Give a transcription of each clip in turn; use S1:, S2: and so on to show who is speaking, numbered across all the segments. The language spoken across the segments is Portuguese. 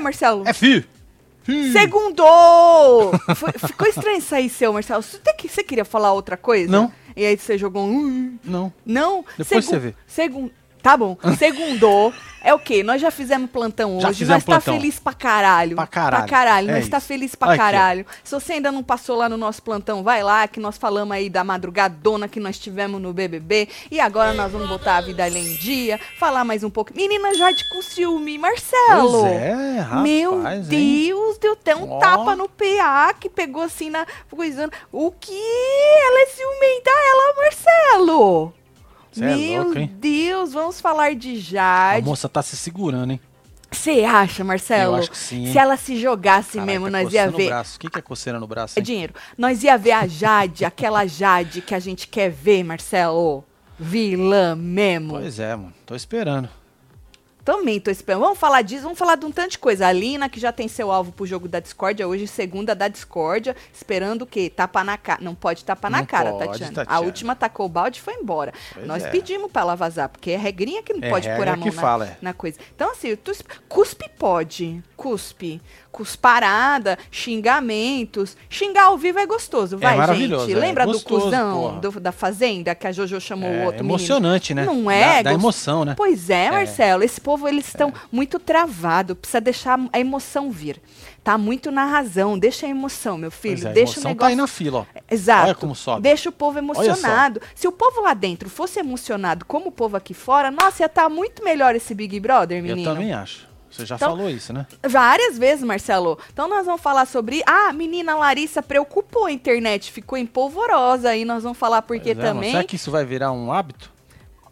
S1: Marcelo?
S2: É fi.
S1: Segundou! Foi- ficou estranho isso aí, seu, Marcelo. Você, tem que- você queria falar outra coisa?
S2: Não.
S1: E aí você jogou um...
S2: Não.
S1: Não.
S2: Depois você vê.
S1: Segun... Tá bom. Segundou é o quê? Nós já fizemos plantão hoje.
S2: Já fizemos
S1: nós tá
S2: plantão.
S1: feliz pra caralho.
S2: Pra caralho. É
S1: nós tá
S2: isso.
S1: feliz pra
S2: Aqui, ó.
S1: caralho. Se você ainda não passou lá no nosso plantão, vai lá, que nós falamos aí da madrugadona que nós tivemos no BBB. E agora nós vamos botar a vida além dia, falar mais um pouco. Menina Jade com ciúme, Marcelo.
S2: Pois é, rapaz.
S1: Meu
S2: hein?
S1: Deus, deu até um
S2: Ó.
S1: tapa no PA que pegou assim na coisando. O que? Ela é ciumenta, ela, Marcelo!
S2: Cê é
S1: Meu
S2: louco, hein?
S1: Deus, vamos falar de
S2: A
S1: Jade.
S2: moça tá se segurando, hein?
S1: Você acha, Marcelo?
S2: Eu acho que sim, hein?
S1: Se ela se jogasse
S2: Caraca,
S1: mesmo, nós
S2: coceira
S1: ia
S2: no
S1: ver.
S2: braço. O que, que é coceira no
S1: É
S2: braço, hein?
S1: dinheiro. Nós ia ver a Jade, aquela Jade que a gente quer ver, Marcelo. Vilã mesmo.
S2: Pois é, mano. Tô esperando.
S1: Também tô esperando. Vamos falar disso, vamos falar de um tanto de coisa. A Lina, que já tem seu alvo pro jogo da discórdia, hoje segunda da discórdia, esperando o quê? Tapa na cara. Não pode tapar na
S2: Não
S1: cara,
S2: pode,
S1: Tatiana. A
S2: Tatiana.
S1: última tacou o balde e foi embora.
S2: Pois
S1: Nós
S2: é.
S1: pedimos pra ela vazar, porque é regrinha que não
S2: É
S1: pode pôr
S2: regra
S1: a mão
S2: que
S1: na,
S2: fala, é.
S1: na coisa. Então, assim, tu, cuspe pode. Cuspe. Cusparada, xingamentos. Xingar ao vivo é gostoso, vai,
S2: maravilhoso,
S1: gente.
S2: é
S1: Lembra
S2: gostoso,
S1: do cuzão
S2: porra.
S1: do- da fazenda que a Jojo chamou o
S2: É
S1: outro menino?
S2: emocionante, né?
S1: Não é?
S2: Dá, dá
S1: Gost-
S2: emoção, né?
S1: Pois é, Marcelo. Esse povo,
S2: É.
S1: eles estão muito travado. Precisa deixar a emoção vir. Tá muito na razão. Deixa a emoção, meu filho.
S2: Pois é, a
S1: deixa
S2: emoção
S1: o negócio. É,
S2: tá aí na fila, ó.
S1: Exato.
S2: Olha como sobe.
S1: Deixa o povo
S2: só.
S1: emocionado. Se o povo lá dentro fosse emocionado como o povo aqui fora, nossa, ia estar muito melhor esse Big Brother, menino.
S2: Eu também acho. Você já
S1: Então-
S2: falou isso, né?
S1: Várias vezes, Marcelo. Então nós vamos falar sobre. Ah, a menina Larissa preocupou a internet, ficou empolvorosa aí. Nós vamos falar por quê
S2: Pois é, mano.
S1: também.
S2: Será que isso vai virar um hábito?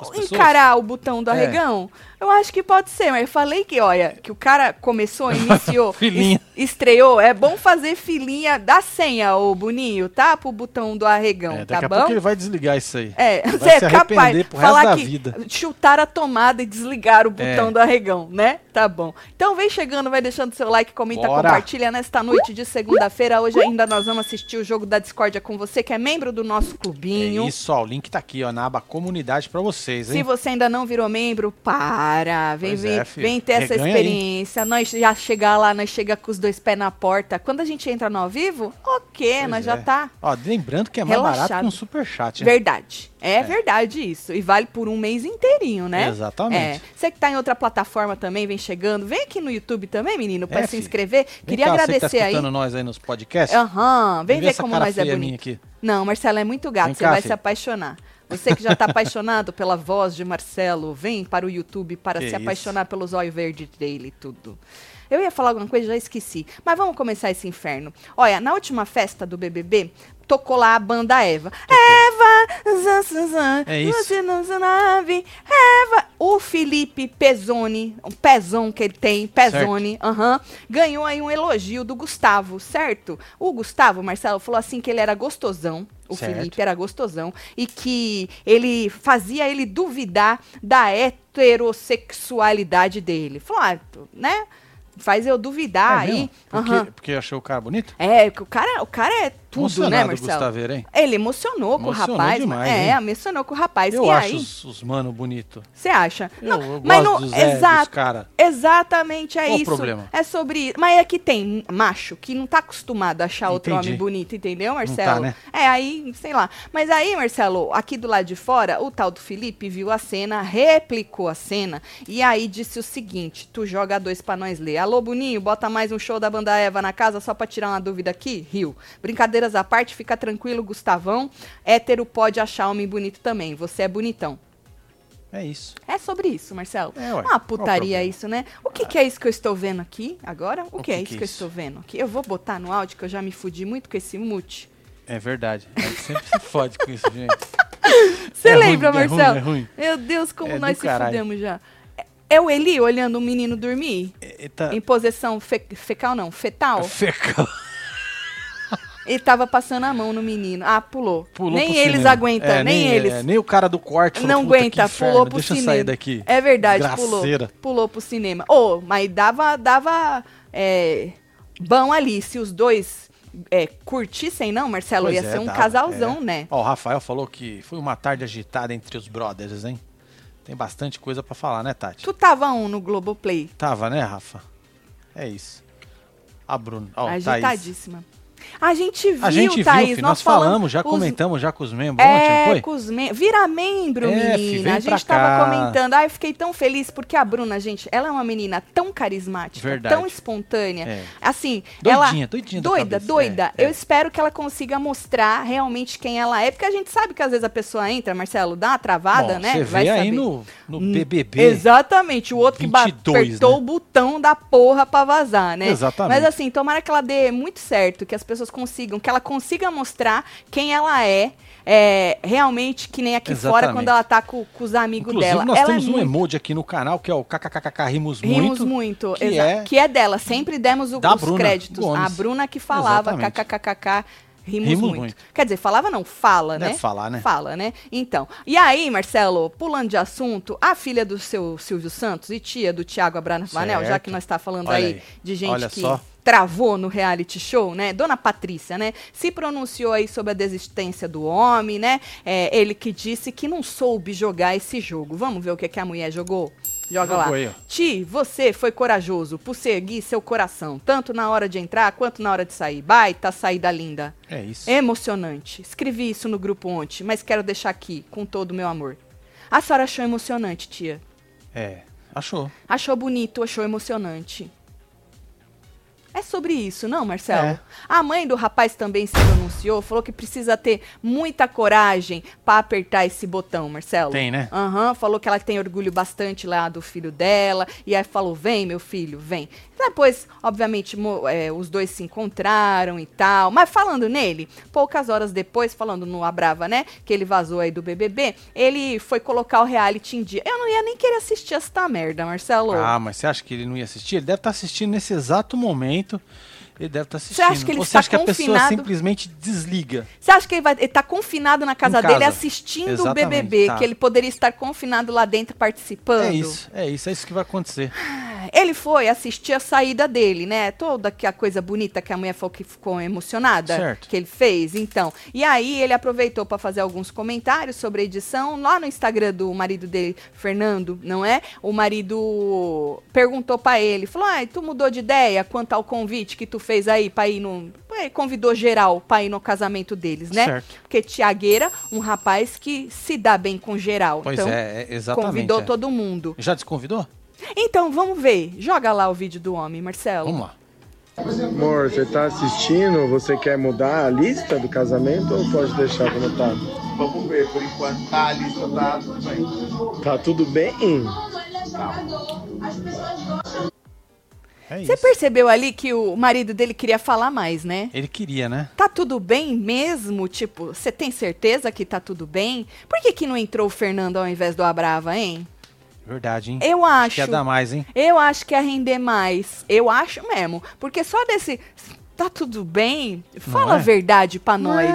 S2: As pessoas?
S1: encarar o botão do
S2: É.
S1: arregão? Eu acho que pode ser, mas eu falei que, olha, que o cara começou, iniciou,
S2: Filinha.
S1: es- estreou. É bom fazer filinha da senha, ô Boninho, tá? Pro botão do arregão,
S2: É, daqui
S1: tá
S2: a pouco
S1: bom?
S2: ele vai desligar isso aí.
S1: É,
S2: Vai
S1: você é
S2: se
S1: capaz
S2: arrepender pro resto
S1: falar
S2: da
S1: que
S2: vida.
S1: chutar a tomada e desligar o botão
S2: É.
S1: do arregão, né? Tá bom. Então vem chegando, vai deixando seu like, comenta,
S2: Bora.
S1: compartilha nesta noite de segunda-feira. Hoje ainda nós vamos assistir o jogo da discórdia com você, que é membro do nosso clubinho.
S2: É isso, ó. O link tá aqui, ó, na aba comunidade pra vocês,
S1: Se
S2: hein?
S1: você ainda não virou membro, para. Vem,
S2: Pois
S1: vem,
S2: é, filho.
S1: vem ter essa
S2: Reganha aí.
S1: experiência. Nós já chegar lá, nós chega com os dois pés na porta. Quando a gente entra no ao vivo, ok,
S2: Pois
S1: nós
S2: é.
S1: já tá.
S2: Ó, lembrando que é mais barato
S1: Relaxado.
S2: que um superchat, né?
S1: Verdade. É, verdade isso. E vale por um mês inteirinho, né?
S2: Exatamente.
S1: É. Você que tá em outra plataforma também, vem chegando. Vem aqui no YouTube também, menino, pra
S2: É,
S1: se
S2: filho.
S1: inscrever.
S2: Vem
S1: Queria
S2: cá,
S1: agradecer
S2: você que tá
S1: aí.
S2: escutando nós aí nos podcasts.
S1: Aham, vem
S2: Vem
S1: ver
S2: essa
S1: como
S2: cara
S1: nós é
S2: feia minha
S1: bonito.
S2: aqui.
S1: Não, Marcelo é muito gato,
S2: Vem
S1: você
S2: cá,
S1: vai se
S2: filho.
S1: apaixonar. Você que já tá apaixonado pela voz de Marcelo, vem para o YouTube para
S2: Que
S1: se
S2: isso.
S1: apaixonar pelos olhos verdes dele e tudo. Eu ia falar alguma coisa, já esqueci. Mas vamos começar esse inferno. Olha, na última festa do BBB, tocou lá a banda Eva. Eva, zan, zan, zan,
S2: É isso.
S1: você não sabe, Eva. O Felipe Pezzoni, um pezão que ele tem, Pezzoni, aham, ganhou aí um elogio do Gustavo, certo? O Gustavo, Marcelo, falou assim que ele era gostosão. O
S2: Certo.
S1: Felipe era gostosão e que ele fazia ele duvidar da heterossexualidade dele. Falou, ah, tu- né? Faz eu duvidar
S2: é
S1: Ah, aí.
S2: mesmo? Porque,
S1: Aham.
S2: porque achou o cara bonito?
S1: É, que o cara, o cara é tudo, né,
S2: Emocionado,
S1: Marcelo?
S2: Gustaveira, hein?
S1: Ele emocionou com o
S2: Emocionou
S1: rapaz.
S2: demais,
S1: é,
S2: hein?
S1: emocionou com o rapaz.
S2: Eu
S1: e
S2: acho
S1: aí?
S2: os, os mano bonito.
S1: Você acha?
S2: Eu-
S1: não,
S2: eu
S1: mas
S2: gosto
S1: não,
S2: do Zé, dos
S1: exato,
S2: cara.
S1: exatamente é
S2: Qual o
S1: isso.
S2: problema?
S1: É sobre, mas é que tem macho que não tá acostumado a achar outro
S2: Entendi.
S1: homem bonito, entendeu, Marcelo?
S2: né?
S1: É aí, sei lá. Mas aí, Marcelo, aqui do lado de fora, o tal do Felipe viu a cena, replicou a cena e aí disse o seguinte: "Tu joga dois pra nós ler. Alô, Boninho, bota mais um show da banda Eva na casa só pra tirar uma dúvida aqui?" Rio. Brincadeiras à parte, fica tranquilo, Gustavão. Hétero pode achar homem bonito também. Você é bonitão.
S2: É isso.
S1: É sobre isso, Marcelo.
S2: É, ué.
S1: Uma
S2: Qual o
S1: putaria
S2: problema?
S1: isso, né? O que, que é isso que eu estou vendo aqui agora? O, que, é isso que, eu
S2: isso?
S1: estou vendo aqui? Eu vou botar no áudio que eu já me fudi muito com esse mute.
S2: É verdade. A gente sempre se fode com isso, gente.
S1: Você
S2: É ruim,
S1: lembra,
S2: é ruim,
S1: Marcelo?
S2: é ruim.
S1: Meu Deus, como
S2: É do
S1: nós se
S2: caralho.
S1: fudemos já. É- É o Eli olhando o menino dormir?
S2: Eita.
S1: Em posição fe- fecal, não, fetal?
S2: tá Fecal.
S1: Ele tava passando a mão no menino. Ah, pulou.
S2: Pulou
S1: nem
S2: pro
S1: eles
S2: cinema.
S1: aguentam,
S2: É,
S1: nem, eles.
S2: é, nem o cara do corte. falou,
S1: Não
S2: "Puta, que
S1: aguenta,
S2: inferno,
S1: pulou pro
S2: Deixa eu
S1: cinema.
S2: sair daqui.
S1: É verdade,
S2: Desgraceira.
S1: pulou. Pulou pro cinema. Ô, mas dava, dava é, bom ali. Se os dois é, curtissem, não, Marcelo,
S2: Pois
S1: ia
S2: é,
S1: ser um
S2: dava,
S1: casalzão,
S2: é.
S1: né?
S2: Ó, o Rafael falou que foi uma tarde agitada entre os brothers, hein? Tem bastante coisa pra falar, né, Tati?
S1: Tu tava um no Globoplay.
S2: Tava, né, Rafa? É isso. A Bruna. Ó, Thaís.
S1: Agitadíssima. A gente viu,
S2: A gente
S1: Thaís.
S2: viu, fi, nós falamos, já
S1: os-
S2: comentamos já com os membros ontem, não
S1: É,
S2: foi?
S1: com os mem- Vira membro,
S2: É,
S1: menina.
S2: fi, vem
S1: a gente
S2: pra
S1: tava
S2: cá.
S1: comentando. Ai, eu fiquei tão feliz porque a Bruna, gente, ela é uma menina tão carismática,
S2: Verdade.
S1: tão espontânea.
S2: É.
S1: Assim, ela
S2: Doidinha, doidinha da
S1: doida,
S2: cabeça,
S1: doida.
S2: é,
S1: Eu
S2: é.
S1: espero que ela consiga mostrar realmente quem ela é, porque a gente sabe que às vezes a pessoa entra, Marcelo, dá uma travada,
S2: Bom,
S1: né?
S2: Você
S1: Vai
S2: vê aí
S1: saber.
S2: no, no
S1: Hum,
S2: BBB.
S1: Exatamente, o outro que
S2: 22,
S1: ba- apertou
S2: né?
S1: o botão da porra pra vazar, né?
S2: Exatamente.
S1: Mas assim, tomara que ela dê muito certo, que as pessoas consigam, que ela consiga mostrar quem ela é, é, realmente, que nem aqui fora
S2: Exatamente.
S1: quando ela tá com, com os amigos
S2: Inclusive,
S1: dela.
S2: nós
S1: ela
S2: temos
S1: é
S2: um
S1: muito,
S2: emoji aqui no canal, que é o kkkk rimos
S1: Rimos
S2: muito.
S1: muito,
S2: que
S1: exa-
S2: é-
S1: que é dela. Sempre demos o-
S2: Da
S1: os
S2: Bruna
S1: créditos.
S2: Gomes.
S1: A Bruna que falava
S2: Exatamente.
S1: kkkk, rimos,
S2: Rimos
S1: muito.
S2: muito.
S1: Quer dizer, falava não, fala,
S2: Deve
S1: né?
S2: falar, né?
S1: Fala, né? Então, e aí, Marcelo, pulando de assunto, a filha do seu Silvio Santos e tia do Tiago Abravanel, já
S2: Certo.
S1: que nós está falando
S2: Olha
S1: aí,
S2: aí.
S1: de gente
S2: Olha
S1: que
S2: só.
S1: travou no reality show, né? Dona Patrícia, né? Se pronunciou aí sobre a desistência do homem, né? É, ele que disse que não soube jogar esse jogo. Vamos ver o que, é que a mulher jogou? Joga lá.
S2: Jogou aí, ó.
S1: Ti, você foi corajoso por seguir seu coração, tanto na hora de entrar quanto na hora de sair. Baita saída linda.
S2: É isso.
S1: Emocionante. Escrevi isso no grupo ontem, mas quero deixar aqui, com todo o meu amor. A senhora achou emocionante, tia.
S2: É. Achou.
S1: Achou bonito, achou emocionante. É sobre isso, não, Marcelo?
S2: É.
S1: A mãe do rapaz também se pronunciou, falou que precisa ter muita coragem pra apertar esse botão, Marcelo.
S2: Tem, né?
S1: Aham, falou que ela tem orgulho bastante lá do filho dela. E aí falou: vem, meu filho, vem. Depois, obviamente, mo- é, os dois se encontraram e tal. Mas falando nele, poucas horas depois, falando no Abrava, né? Que ele vazou aí do BBB, ele foi colocar o reality em dia. Eu não ia nem querer assistir esta merda, Marcelo.
S2: Ah, mas você acha que ele não ia assistir? Ele deve estar assistindo nesse exato momento. Ele deve estar assistindo.
S1: acha que ele
S2: Ou
S1: está
S2: acha que a pessoa
S1: confinado?
S2: simplesmente desliga?
S1: Você acha que ele vai ele tá confinado na casa
S2: Em
S1: dele
S2: casa.
S1: assistindo
S2: Exatamente,
S1: o BBB,
S2: tá.
S1: que ele poderia estar confinado lá dentro participando?
S2: É isso, é isso, é isso que vai acontecer.
S1: Então, Ele foi assistir a saída dele, né? Toda que a coisa bonita que a mulher falou que ficou emocionada,
S2: Certo.
S1: que ele fez, então. E aí ele aproveitou para fazer alguns comentários sobre a edição lá no Instagram do marido dele, Fernando, não é? O marido perguntou para ele, falou: "Ai, tu mudou de ideia quanto ao convite que tu fez aí para ir no, Ele convidou geral para ir no casamento deles, né?
S2: Certo.
S1: Porque Tiagueira, um rapaz que se dá bem com geral,
S2: Pois
S1: então
S2: é, é, exatamente.
S1: convidou
S2: é.
S1: todo mundo.
S2: Já desconvidou?
S1: Então, vamos ver. Joga lá o vídeo do homem, Marcelo.
S2: Vamos lá.
S3: Amor, você tá assistindo? Você quer mudar a lista do casamento ou pode deixar como tá?
S4: Vamos ver, por enquanto tá a lista tá tudo bem.
S3: Tá tudo bem?
S2: É
S1: Você
S2: é isso.
S1: percebeu ali que o marido dele queria falar mais, né?
S2: Ele queria, né?
S1: Tá tudo bem mesmo? Tipo, você tem certeza que tá tudo bem? Por que, que não entrou o Fernando ao invés do Abrava, hein?
S2: Verdade, hein?
S1: Eu acho.
S2: Quer dar mais, hein?
S1: Eu acho que ia render mais. Eu acho mesmo. Porque só desse. Tá tudo bem? Fala a
S2: é?
S1: verdade pra nós.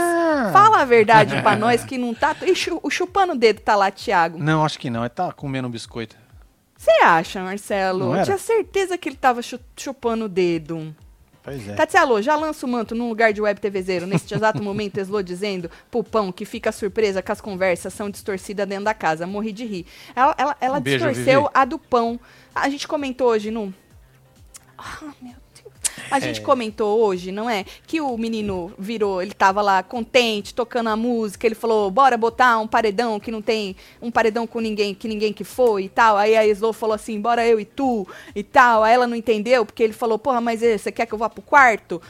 S1: Fala a verdade pra nós que não tá. E chu- o chupando o dedo tá lá, Thiago.
S2: Não, acho que não. Ele tá comendo um biscoito.
S1: Você acha, Marcelo?
S2: Não
S1: Eu
S2: era?
S1: tinha certeza que ele tava chu- chupando o dedo.
S2: Pois é.
S1: Tatielo, já lança o manto num lugar de web TVzeiro. Neste exato momento, Eslo dizendo pro Pão que fica surpresa que as conversas são distorcidas dentro da casa. Morri de rir. Ela, ela- ela
S2: Um beijo,
S1: distorceu
S2: Vivi.
S1: a do Pão. A gente comentou hoje no... Ah, meu Deus. A gente comentou hoje, não é? Que o menino virou, ele tava lá contente, tocando a música, ele falou, bora botar um paredão que não tem, um paredão com ninguém, que ninguém que foi e tal. Aí a Eslo falou assim, bora eu e tu e tal. Aí ela não entendeu, porque ele falou, porra, mas eh, você quer que eu vá pro quarto?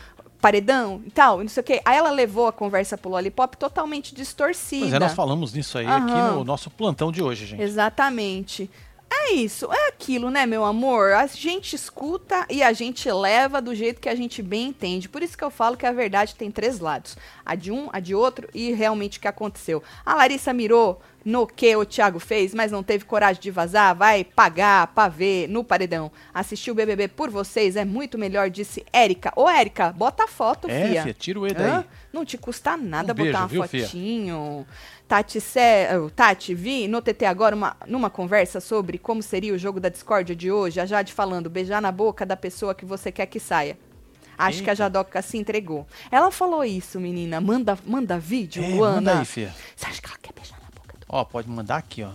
S1: Paredão e tal, e não sei o quê. Aí ela levou a conversa pro Lollipop totalmente distorcida.
S2: Pois é, nós falamos nisso aí
S1: Aham.
S2: aqui no nosso plantão de hoje, gente.
S1: Exatamente. É isso, é aquilo, né, meu amor? A gente escuta e a gente leva do jeito que a gente bem entende. Por isso que eu falo que a verdade tem três lados: a de um, a de outro e realmente o que aconteceu. A Larissa mirou no que o Thiago fez, mas não teve coragem de vazar. Vai pagar pra ver no paredão. Assistir o BBB por vocês é muito melhor, disse Érica. Ô, Érica, bota a foto,
S2: é,
S1: fia.
S2: Fia, tira o E
S1: Hã?
S2: daí.
S1: Não te custa nada botar
S2: Um beijo,
S1: uma
S2: viu, fia?
S1: fotinho. Tati, Cé- eh, Tati, vi no TT agora uma, numa conversa sobre como seria o jogo da discórdia de hoje, a Jade falando, beijar na boca da pessoa que você quer que saia. Acho que a Jadoca se entregou. Ela falou isso, menina. Manda, manda vídeo,
S2: É,
S1: Luana.
S2: manda aí, Fia.
S1: Você acha que ela quer beijar na boca? do-
S2: Ó, pode mandar aqui, ó.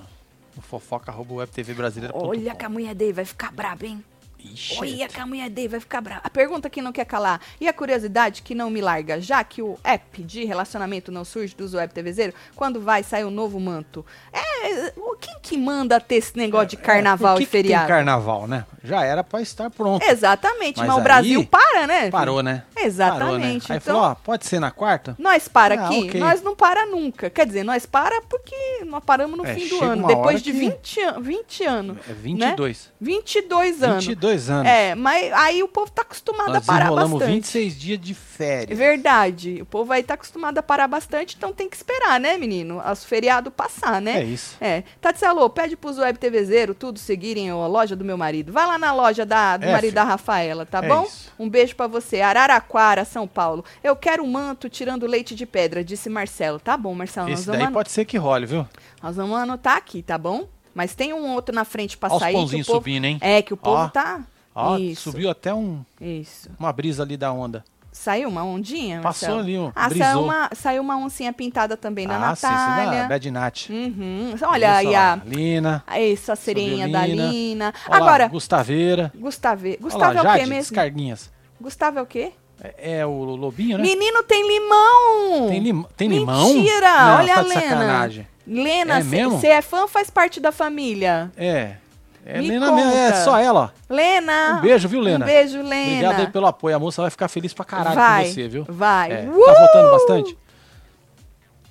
S2: No fofoca.webtvbrasileira.com.
S1: Olha que a mulher dele vai ficar braba, hein?
S2: Ixi.
S1: Olha que a mulher dele vai ficar brava. A pergunta que não quer calar e a curiosidade que não me larga, já que o app de relacionamento não surge do Web TVzeiro, quando vai sair o novo manto? É, o- quem que manda ter esse negócio de carnaval
S2: Por É, que
S1: e
S2: que tem
S1: feriado?
S2: carnaval, né? Já era pra estar pronto.
S1: Exatamente, mas,
S2: Mas
S1: o Brasil
S2: aí,
S1: para, né?
S2: Parou, né?
S1: Exatamente,
S2: Parou, né? Aí
S1: então- Né?
S2: falou, ó, pode ser na quarta?
S1: Nós para
S2: Ah,
S1: aqui,
S2: ok.
S1: nós não para nunca. Quer dizer, nós para porque nós paramos no
S2: É,
S1: fim do
S2: chega
S1: ano,
S2: uma hora
S1: depois de
S2: que-
S1: 20, an 20 anos.
S2: É 22.
S1: 22 anos.
S2: 22 anos.
S1: É, mas aí o povo tá acostumado
S2: Nós
S1: a parar
S2: enrolamos
S1: bastante.
S2: 26 dias de
S1: É
S2: férias.
S1: Verdade. O povo aí tá acostumado a parar bastante, então tem que esperar, né, menino? As feriado passar,
S2: É
S1: né?
S2: isso.
S1: É. Tati Salô, pede pros web TVzeiro tudo seguirem a loja do meu marido. Vai lá na loja da, do
S2: É,
S1: marido
S2: filho.
S1: da Rafaela, tá
S2: É
S1: bom?
S2: isso.
S1: Um beijo pra você. Araraquara, São Paulo. Eu quero um manto tirando leite de pedra, disse Marcelo. Tá bom, Marcelo, nós
S2: Esse
S1: vamos,
S2: daí
S1: ano...
S2: pode ser que role, viu?
S1: nós vamos anotar aqui, tá bom? Mas tem um outro na frente pra
S2: Olha os
S1: sair. que o
S2: pãozinhos
S1: povo-
S2: subindo, hein?
S1: É, que o povo
S2: Ó,
S1: tá.
S2: Ó,
S1: isso,
S2: subiu até um-
S1: isso.
S2: uma brisa ali da onda.
S1: Saiu uma ondinha?
S2: Passou
S1: Marcelo?
S2: ali, ó,
S1: Ah, saiu
S2: brisou.
S1: uma, saiu uma oncinha pintada também da
S2: ah, sim, isso da
S1: Natália.
S2: Bad Nat.
S1: Uhum. Olha aí a,
S2: Lina.
S1: isso, a sereinha da
S2: Lina.
S1: Lina.
S2: Olha
S1: Agora,
S2: lá, Gustaveira.
S1: Gustave,
S2: Olha lá,
S1: Gustavo é o
S2: Jade,
S1: quê mesmo?
S2: Descarguinhas.
S1: Gustavo é o quê?
S2: É, é o Lobinho, né?
S1: Menino tem limão!
S2: Tem, lim- tem limão?
S1: Mentira!
S2: Não,
S1: Olha
S2: tá
S1: a
S2: de
S1: Lena.
S2: sacanagem.
S1: Lena,
S2: É mesmo?
S1: você é fã ou faz parte da família?
S2: É. É,
S1: Me
S2: Lena mesmo,
S1: conta.
S2: é só ela, ó.
S1: Lena!
S2: Um beijo, viu, Lena?
S1: Um beijo, Lena.
S2: Obrigado aí pelo apoio. A moça vai ficar feliz pra caralho
S1: vai,
S2: com você, viu?
S1: Vai.
S2: É,
S1: Uh!
S2: Tá votando bastante?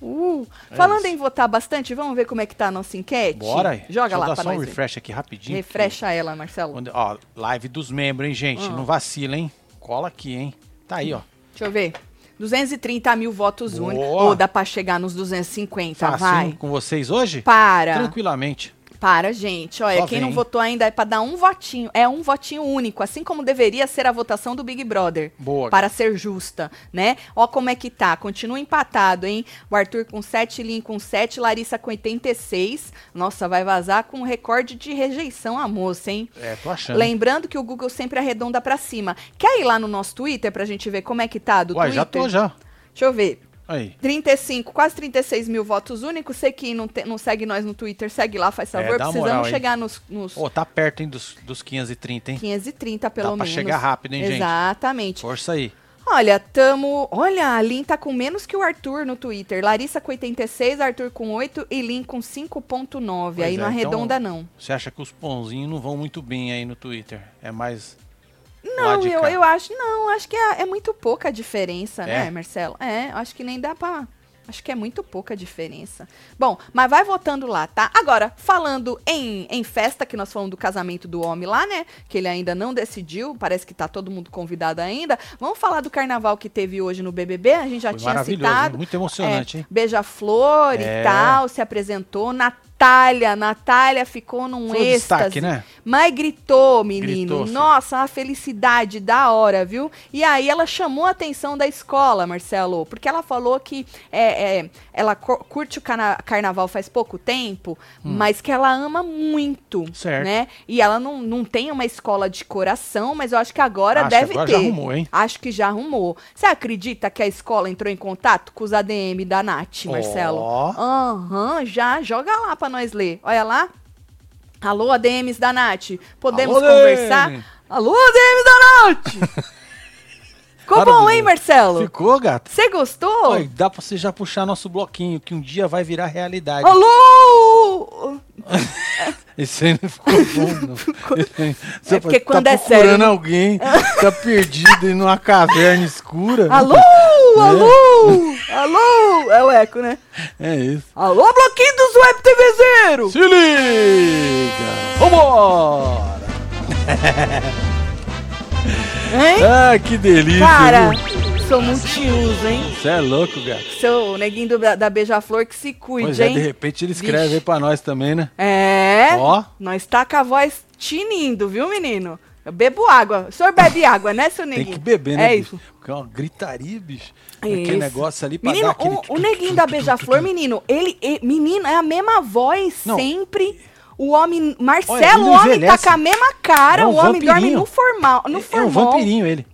S1: Uh,
S2: É
S1: falando
S2: isso.
S1: em votar bastante, vamos ver como é que tá a nossa enquete?
S2: Bora aí. Deixa
S1: Joga
S2: eu
S1: lá
S2: dar
S1: pra
S2: só um
S1: nós. ver.
S2: refresh aqui rapidinho.
S1: Refresha ela, Marcelo.
S2: Onde- ó, live dos membros, hein, gente?
S1: Hum.
S2: Não vacila, hein? Cola aqui, hein? Tá aí, ó.
S1: Deixa eu ver. 230 mil votos
S2: Boa.
S1: únicos. Ou dá pra chegar nos 250,
S2: Facinho
S1: tá, vai.
S2: com vocês hoje?
S1: Para.
S2: Tranquilamente.
S1: Para, gente. Olha,
S2: Só
S1: quem
S2: vem.
S1: não votou ainda é pra dar um votinho. É um votinho único, assim como deveria ser a votação do Big Brother.
S2: Boa.
S1: Para ser justa, né? Ó como é que tá. Continua empatado, hein? O Arthur com 7, Lin com 7, Larissa com 86. Nossa, vai vazar com um recorde de rejeição à moça, hein?
S2: É, tô achando.
S1: Lembrando que o Google sempre arredonda pra cima. Quer ir lá no nosso Twitter pra gente ver como é que tá do
S2: Ué,
S1: Twitter?
S2: já tô, já.
S1: Deixa eu ver.
S2: Aí.
S1: 35, quase 36 mil votos únicos. Sei que não, te- não segue nós no Twitter, segue lá, faz
S2: É,
S1: favor.
S2: dá uma
S1: Precisamos
S2: moral, hein?
S1: chegar nos, nos
S2: Ô, tá perto, hein, dos, dos 530, hein?
S1: 530, pelo
S2: Dá pra
S1: menos.
S2: chegar rápido, hein, gente?
S1: Exatamente.
S2: Força aí.
S1: Olha, tamo. Olha, a Lin tá com menos que o Arthur no Twitter. Larissa com 86, Arthur com 8 e Lin com 5,9.
S2: Pois
S1: Aí
S2: é,
S1: não
S2: então-
S1: arredonda, não.
S2: Você acha que os pãozinhos não vão muito bem aí no Twitter? É mais. lá
S1: Não,
S2: de
S1: eu,
S2: cá.
S1: eu acho. Não, acho que é, é muito pouca a diferença, né,
S2: É?
S1: Marcelo? É, acho que nem dá pra. Acho que é muito pouca a diferença. Bom, mas vai votando lá, tá? Agora, falando em, em festa, que nós falamos do casamento do homem lá, né? Que ele ainda não decidiu, parece que tá todo mundo convidado ainda. Vamos falar do carnaval que teve hoje no BBB, a gente já
S2: Foi
S1: tinha
S2: maravilhoso, né? hein?
S1: citado.
S2: muito emocionante, hein?
S1: É, Beija-flor e
S2: É.
S1: tal, se apresentou. Natália, Natália ficou num
S2: Foi o
S1: êxtase.
S2: destaque, né?
S1: Mas gritou, menino.
S2: Gritou, filho.
S1: Nossa, uma felicidade da hora, viu? E aí ela chamou a atenção da escola, Marcelo, porque ela falou que é, é, ela cur- curte o cana- carnaval faz pouco tempo, mas que ela ama muito,
S2: Hum. Certo.
S1: né? E ela não, não tem uma escola de coração, mas eu acho que agora
S2: Acho que
S1: deve
S2: agora
S1: ter.
S2: já arrumou, hein?
S1: Acho que já arrumou. Você acredita que a escola entrou em contato com os ADM da Nath, Marcelo?
S2: Ó.
S1: Aham, já joga lá pra nós ler. Olha lá. Alô, ADMs da Nath. Podemos
S2: Alô,
S1: conversar?
S2: ADM.
S1: Alô, ADMs da Nath! Ficou
S2: Para,
S1: bom,
S2: Dudu.
S1: hein, Marcelo?
S2: Ficou, gato?
S1: Você gostou?
S2: Oi, dá pra você já puxar nosso bloquinho, que um dia vai virar realidade.
S1: Alô!
S2: Esse aí não ficou bom, não. Você
S1: É porque
S2: tá
S1: quando é
S2: procurando
S1: sério, né?
S2: alguém, tá perdido em uma caverna escura. né?
S1: Alô! Alô! Alô! É o eco, né?
S2: É isso.
S1: Alô, bloquinho dos Web TV Zero!
S2: Se liga! Vambora!
S1: Hein?
S2: Ah, que delícia!
S1: Cara,
S2: viu?
S1: sou multiuso, hein?
S2: Você é louco, gato.
S1: Sou o neguinho do- da Beija-Flor que se
S2: Pois
S1: cuide,
S2: é, de
S1: hein?
S2: repente ele escreve
S1: Vixe.
S2: aí pra nós também, né?
S1: É.
S2: Ó.
S1: Nós tá com a voz tinindo, viu, menino? Eu bebo água. O senhor bebe água, né, seu
S2: Tem
S1: neguinho?
S2: que beber, né,
S1: É
S2: bicho?
S1: isso.
S2: Porque é uma gritaria, bicho.
S1: É
S2: Aquele
S1: isso.
S2: negócio ali pra
S1: Menino,
S2: dar aquele...
S1: o, o neguinho da Beija-Flor, menino, ele, e- Menino, é a mesma voz
S2: Não.
S1: sempre. O homem.
S2: Olha, ele
S1: Marcelo,
S2: não
S1: o homem tá
S2: envelhece.
S1: com a mesma cara.
S2: É um
S1: o homem dorme
S2: vampirinho.
S1: no formal. No
S2: É um
S1: formal.
S2: vampirinho ele.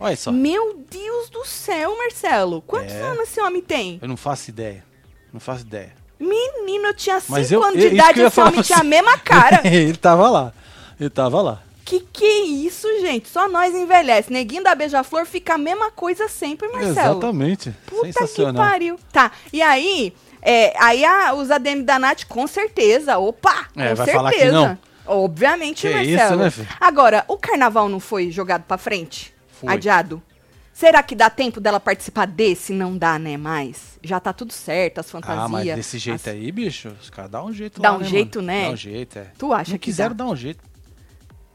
S2: Olha só.
S1: Meu Deus do céu, Marcelo. Quantos
S2: É.
S1: anos esse homem tem?
S2: Eu não faço ideia. Não faço ideia.
S1: Menino, eu tinha
S2: Mas
S1: 5
S2: eu-
S1: anos
S2: eu-
S1: de
S2: isso que
S1: idade
S2: eu
S1: e
S2: ia
S1: esse
S2: falar assim.
S1: homem
S2: pra
S1: tinha a
S2: você.
S1: mesma cara.
S2: ele tava lá. Ele tava lá.
S1: Que que é isso, gente? Só nós envelhece. Neguinho da Beija-Flor fica a mesma coisa sempre, Marcelo.
S2: Exatamente.
S1: Puta que
S2: Sensacional.
S1: pariu. Tá, e aí, é, aí a, os ADM da Nath, com certeza, opa,
S2: É,
S1: com
S2: vai
S1: certeza.
S2: falar que não?
S1: Obviamente,
S2: Que
S1: Marcelo.
S2: isso, né, filho?
S1: Agora, o carnaval não foi jogado pra frente?
S2: Foi.
S1: Adiado? Será que dá tempo dela participar desse? Não dá, né, mais? Já tá tudo certo, as fantasias.
S2: Ah, mas desse jeito
S1: as-
S2: aí, bicho, os caras dão um jeito
S1: Dá
S2: lá,
S1: um
S2: né,
S1: jeito,
S2: mano?
S1: né?
S2: Dá um jeito, é.
S1: Tu acha
S2: Não
S1: que
S2: quiseram
S1: dá?
S2: dar um jeito.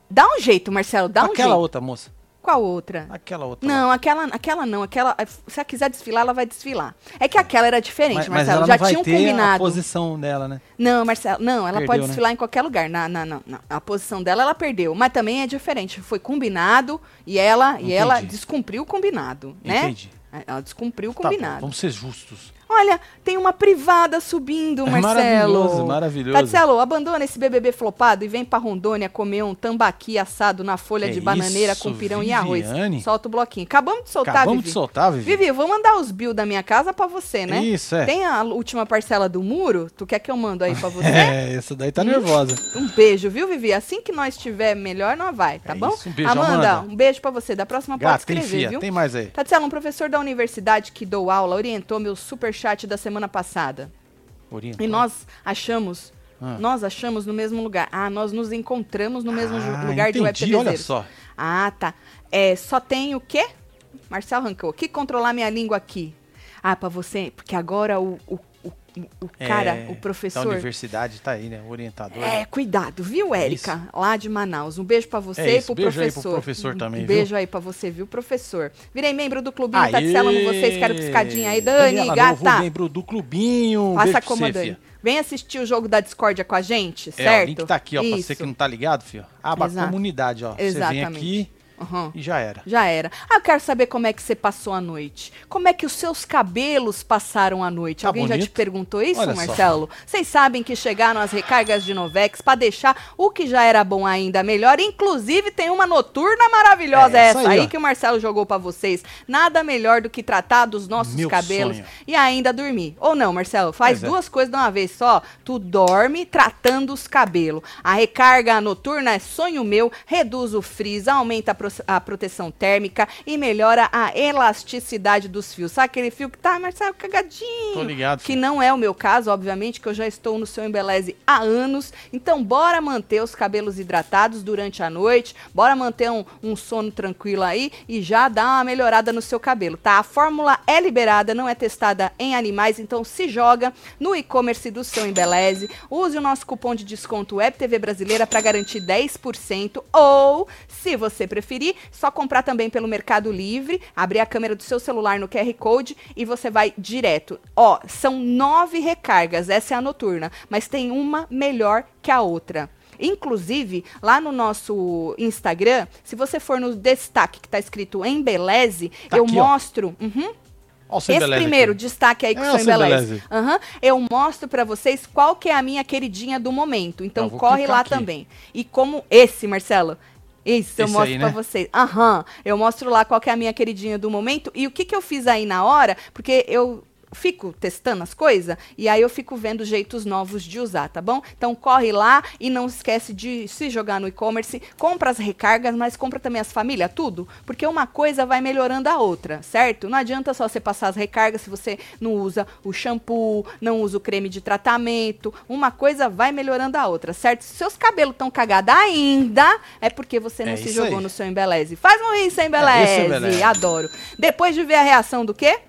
S1: Dá um jeito, Marcelo, dá um
S2: aquela
S1: jeito.
S2: outra moça.
S1: Qual outra?
S2: Aquela outra. lá.
S1: Não, aquela, aquela não, aquela. Se ela quiser desfilar, ela vai desfilar. É que aquela era diferente,
S2: mas, mas
S1: Marcelo.
S2: ela
S1: já
S2: não vai
S1: tinha um
S2: ter a
S1: combinado.
S2: posição dela, né?
S1: Não, Marcelo, não, ela
S2: Perdeu,
S1: pode
S2: né?
S1: desfilar em qualquer lugar. Na, na, na, na- a posição dela, ela perdeu. Mas também é diferente. Foi combinado e ela, e
S2: Entendi.
S1: ela descumpriu o combinado, né?
S2: Entendi.
S1: Ela descumpriu o
S2: Tá bom,
S1: combinado.
S2: vamos ser justos.
S1: Olha, tem uma privada subindo,
S2: É
S1: Marcelo. Tá
S2: maravilhoso, maravilhoso.
S1: Marcelo, abandona esse BBB flopado e vem pra Rondônia comer um tambaqui assado na folha
S2: Que
S1: de bananeira
S2: isso,
S1: com pirão e
S2: Viviane?
S1: arroz. Solta o bloquinho. Acabamos de soltar,
S2: Acabamos
S1: tá, Vivi.
S2: de soltar, Vivi.
S1: Vivi, eu vou mandar os bill da minha casa pra você, né?
S2: Isso, é.
S1: Tem a última parcela do muro? Tu quer que eu mando aí pra você?
S2: É, essa daí tá nervosa.
S1: Um beijo, viu, Vivi? Assim que nós tiver melhor, nós vai, tá
S2: É
S1: bom?
S2: isso, um beijo,
S1: Amanda,
S2: Amanda.
S1: um beijo pra você. Da próxima pode
S2: Gata,
S1: escrever,
S2: enfia.
S1: viu?
S2: Tem mais aí.
S1: Tatiana, um professor da universidade que dou aula orientou meu superchat da semana passada.
S2: Orienta.
S1: E nós achamos,
S2: Ah.
S1: nós achamos no mesmo lugar. Ah, nós nos encontramos no mesmo ju-
S2: Ah,
S1: lugar de web
S2: entendi, olha só.
S1: Ah, tá. É, só tem o quê? Marcel arrancou. Que controlar minha língua aqui? Ah, pra você, porque agora o, o, o, o cara,
S2: É,
S1: o
S2: Da
S1: professor...
S2: universidade tá aí, né? O orientador.
S1: É, cuidado, viu,
S2: É
S1: Érica? lá de Manaus. Um beijo pra você
S2: É
S1: e
S2: isso,
S1: pro
S2: beijo aí pro
S1: professor.
S2: professor também,
S1: Um
S2: viu?
S1: beijo aí pra você, viu, professor? Virei membro do clubinho,
S2: Aê!
S1: tá de selo com vocês, quero piscadinha aí. Dani,
S2: Daniela
S1: gata,
S2: Novo, membro do clubinho. Um
S1: faça
S2: beijo pra
S1: como,
S2: você,
S1: Dani.
S2: fia.
S1: Vem assistir o jogo da discórdia com a gente,
S2: É,
S1: certo?
S2: o link tá aqui, ó, pra você que não tá ligado, filho. Aba
S1: Exato.
S2: comunidade, ó. Você vem
S1: Exatamente.
S2: aqui
S1: Aham.
S2: e já era.
S1: Já era. Ah, eu quero saber como é que você passou a noite. Como é que os seus cabelos passaram a noite?
S2: Tá
S1: Alguém já te
S2: bonito?
S1: perguntou isso,
S2: Olha só.
S1: Marcelo? Vocês sabem que chegaram as recargas de Novex pra deixar o que já era bom ainda melhor. Inclusive, tem uma noturna maravilhosa,
S2: É,
S1: essa
S2: isso
S1: aí,
S2: aí, ó.
S1: que o Marcelo jogou pra vocês. Nada melhor do que tratar dos nossos
S2: Meu
S1: cabelos
S2: sonho.
S1: e ainda dormir. Ou não, Marcelo? Faz
S2: Pois é.
S1: duas coisas de uma vez só. Tu dorme tratando os cabelos. A recarga noturna é sonho meu, reduz o frizz, aumenta a, pro- a proteção térmica e melhora a elasticidade dos fios. Sabe aquele fio que tá, Marcelo, cagadinho?
S2: Tô ligado,
S1: Que
S2: filho.
S1: não é o meu caso, obviamente, que eu já estou no seu embeleze há anos. Então, bora manter os cabelos hidratados durante a noite, bora manter um, um sono tranquilo aí e já dá uma melhorada no seu cabelo, tá? A fórmula é liberada, não é testada em animais, então se joga no e-commerce do seu embeleze. Use o nosso cupom de desconto WebTV Brasileira para garantir 10% ou, se você preferir, só comprar também pelo Mercado Livre, abrir a câmera do seu celular no QR Code e você vai direto. Ó, são nove recargas, essa é a noturna, mas tem uma melhor que a outra. Inclusive, lá no nosso Instagram, se você for no destaque que tá escrito Embeleze,
S2: Tá
S1: eu
S2: aqui, ó.
S1: mostro. Uhum.
S2: Ó, o seu
S1: Esse
S2: Embeleze
S1: primeiro
S2: aqui.
S1: destaque aí que
S2: É,
S1: sou
S2: eu sei
S1: embeleze.
S2: embeleze.
S1: Aham. Eu mostro pra vocês qual que é a minha queridinha do momento. Então
S2: Ah, vou
S1: corre
S2: clicar
S1: lá
S2: aqui.
S1: também. E como esse, Marcelo, isso, eu
S2: Esse
S1: mostro
S2: aí,
S1: pra
S2: né?
S1: vocês. Aham. Eu mostro lá qual que é a minha queridinha do momento e o que que eu fiz aí na hora, porque eu fico testando as coisas e aí eu fico vendo jeitos novos de usar, tá bom? Então corre lá e não esquece de se jogar no e-commerce, compra as recargas, mas compra também as famílias, tudo, porque uma coisa vai melhorando a outra, certo? Não adianta só você passar as recargas se você não usa o shampoo, não usa o creme de tratamento, uma coisa vai melhorando a outra, certo? Se seus cabelos estão cagados ainda, é porque você não
S2: É
S1: se
S2: isso
S1: jogou
S2: aí.
S1: no seu embeleze. Faz um isso,
S2: É, isso,
S1: embeleze.
S2: Embeleze.
S1: Adoro. Depois de ver a reação do quê?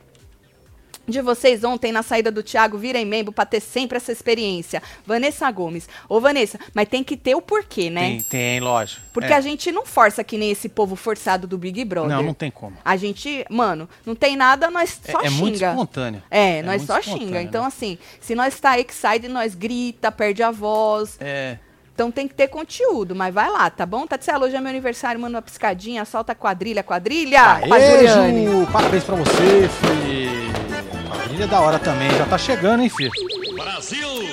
S1: de vocês ontem na saída do Thiago virem membro pra ter sempre essa experiência. Vanessa Gomes. Ô, Vanessa, mas tem que ter o porquê, né?
S2: Tem, tem, lógico.
S1: Porque é
S2: É.
S1: a gente não força que nem esse povo forçado do Big Brother.
S2: Não, não tem como.
S1: A gente, mano, não tem nada, nós só
S2: é, é
S1: xinga.
S2: muito espontâneo.
S1: É, nós
S2: muito
S1: só
S2: espontâneo,
S1: xinga. Então,
S2: né?
S1: assim, se nós está excited, nós grita, perde a voz.
S2: É.
S1: Então tem que ter conteúdo, mas vai lá, tá bom? Tatiana, hoje é meu aniversário, manda uma piscadinha, solta a quadrilha, quadrilha! com a Juliane.
S2: Beijo! Parabéns pra você, fi. Família é da hora também. Já tá chegando, hein, fi.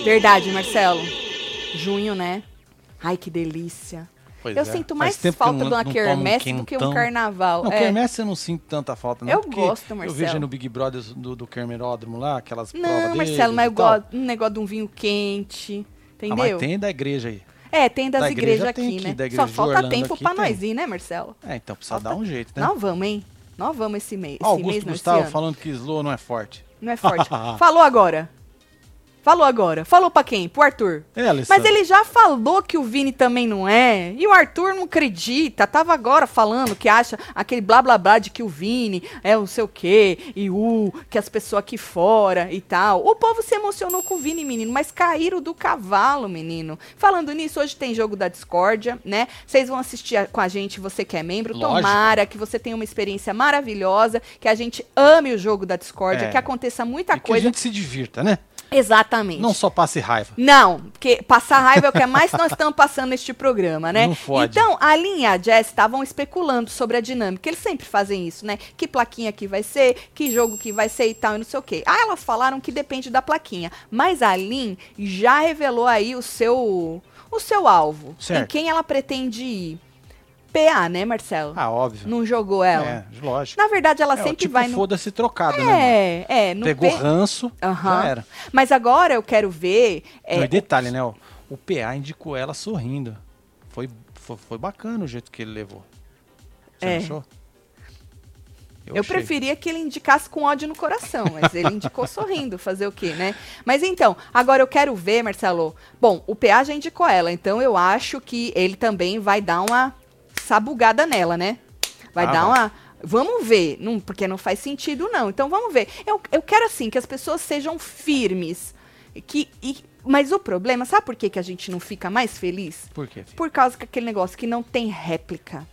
S1: Verdade, Marcelo. Junho, né? Ai, que delícia.
S2: Pois
S1: eu
S2: é.
S1: sinto
S2: Faz
S1: mais
S2: tempo que
S1: falta
S2: não-
S1: de uma
S2: não tomo um
S1: quermesse do que um
S2: quentão.
S1: carnaval.
S2: Não,
S1: é.
S2: quermesse eu não sinto tanta falta, não.
S1: Eu
S2: porque
S1: gosto,
S2: Eu
S1: Marcelo.
S2: vejo aí no Big Brother do, do Kermeródromo lá, aquelas provas
S1: Não, Marcelo,
S2: deles
S1: mas
S2: e
S1: eu
S2: tal.
S1: gosto um negócio de um vinho quente,
S2: Ah, mas
S1: entendeu?
S2: tem da igreja aí.
S1: É, tem das
S2: Da
S1: igrejas
S2: igreja
S1: aqui,
S2: tem aqui,
S1: né?
S2: da igreja
S1: Só
S2: de
S1: falta
S2: Orlando
S1: tempo
S2: aqui
S1: pra
S2: tem.
S1: nós ir, né, Marcelo?
S2: É, então precisa
S1: Falta-
S2: dar um jeito, né?
S1: Nós vamos, hein? Nós vamos esse mês. Esse mês
S2: Augusto
S1: não,
S2: Gustavo
S1: esse ano.
S2: falando que slow não é forte.
S1: Não é forte. Falou agora. Falou agora. Falou pra quem? Pro Arthur.
S2: É, Alessandro.
S1: Mas ele já falou que o Vini também não é. E o Arthur não acredita. Tava agora falando que acha aquele blá blá blá de que o Vini é não sei o quê. E o que as pessoas aqui fora e tal. O povo se emocionou com o Vini, menino. Mas caíram do cavalo, menino. Falando nisso, hoje tem jogo da discórdia, né? Vocês vão assistir a- com a gente, você que é membro.
S2: Lógico.
S1: Tomara que você tenha uma experiência maravilhosa. Que a gente ame o jogo da discórdia.
S2: É.
S1: Que aconteça muita
S2: E que a
S1: coisa.
S2: gente se divirta, né?
S1: Exatamente.
S2: Não só passe raiva.
S1: Não, porque passar raiva é o que mais nós estamos passando neste programa, né?
S2: Não fode.
S1: Então, a Lin e a Jess estavam especulando sobre a dinâmica. Eles sempre fazem isso, né? Que plaquinha que vai ser, que jogo que vai ser e tal, e não sei o quê. Ah, elas falaram que depende da plaquinha. Mas a Lin já revelou aí o seu o seu alvo.
S2: Certo.
S1: Em quem ela pretende ir. PA, né, Marcelo?
S2: Ah, óbvio.
S1: Não jogou ela.
S2: É, lógico.
S1: Na verdade, ela
S2: é, o
S1: sempre
S2: tipo
S1: vai no...
S2: foda-se trocado, né?
S1: É, é.
S2: mano?
S1: No
S2: Pegou
S1: P-
S2: ranço,
S1: Aham.
S2: já era.
S1: Mas agora eu quero ver... é,
S2: Não, e detalhe, né? O, o PA indicou ela sorrindo. Foi, foi, foi bacana o jeito que ele levou. Você
S1: É.
S2: não achou?
S1: Eu,
S2: achei.
S1: preferia que ele indicasse com ódio no coração, mas ele indicou sorrindo, fazer o quê, né? Mas então, agora eu quero ver, Marcelo. Bom, o PA já indicou ela, então eu acho que ele também vai dar uma sabugada nela, né? Vai
S2: Ah,
S1: dar
S2: vai.
S1: uma. Vamos ver, não, porque não faz sentido, não. Então vamos ver. Eu, eu quero, assim, que as pessoas sejam firmes. Que, e- mas o problema, sabe por que, que a gente não fica mais feliz?
S2: Por quê? filho?
S1: Por causa que aquele negócio que não tem réplica.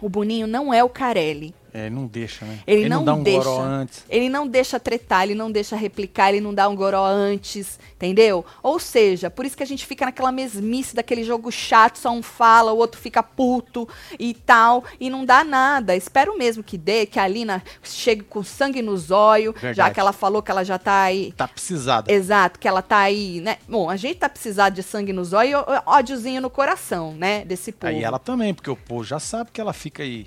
S1: O Boninho não é o Carelli.
S2: É, ele não deixa, né?
S1: Ele, não,
S2: dá um
S1: deixa.
S2: goró antes.
S1: Ele não deixa tretar, ele não deixa replicar, ele não dá um goró antes, entendeu? Ou seja, por isso que a gente fica naquela mesmice daquele jogo chato, só um fala, o outro fica puto e tal, e não dá nada. Espero mesmo que dê, que a Lina chegue com sangue nos olhos, já
S2: Verdade.
S1: que ela falou que ela já tá aí.
S2: Tá precisado.
S1: Exato, que ela tá aí, né? Bom, a gente tá precisando de sangue nos olhos e ó- ó- ódiozinho no coração, né? Desse povo.
S2: Aí ela também, porque o povo já sabe que ela fica aí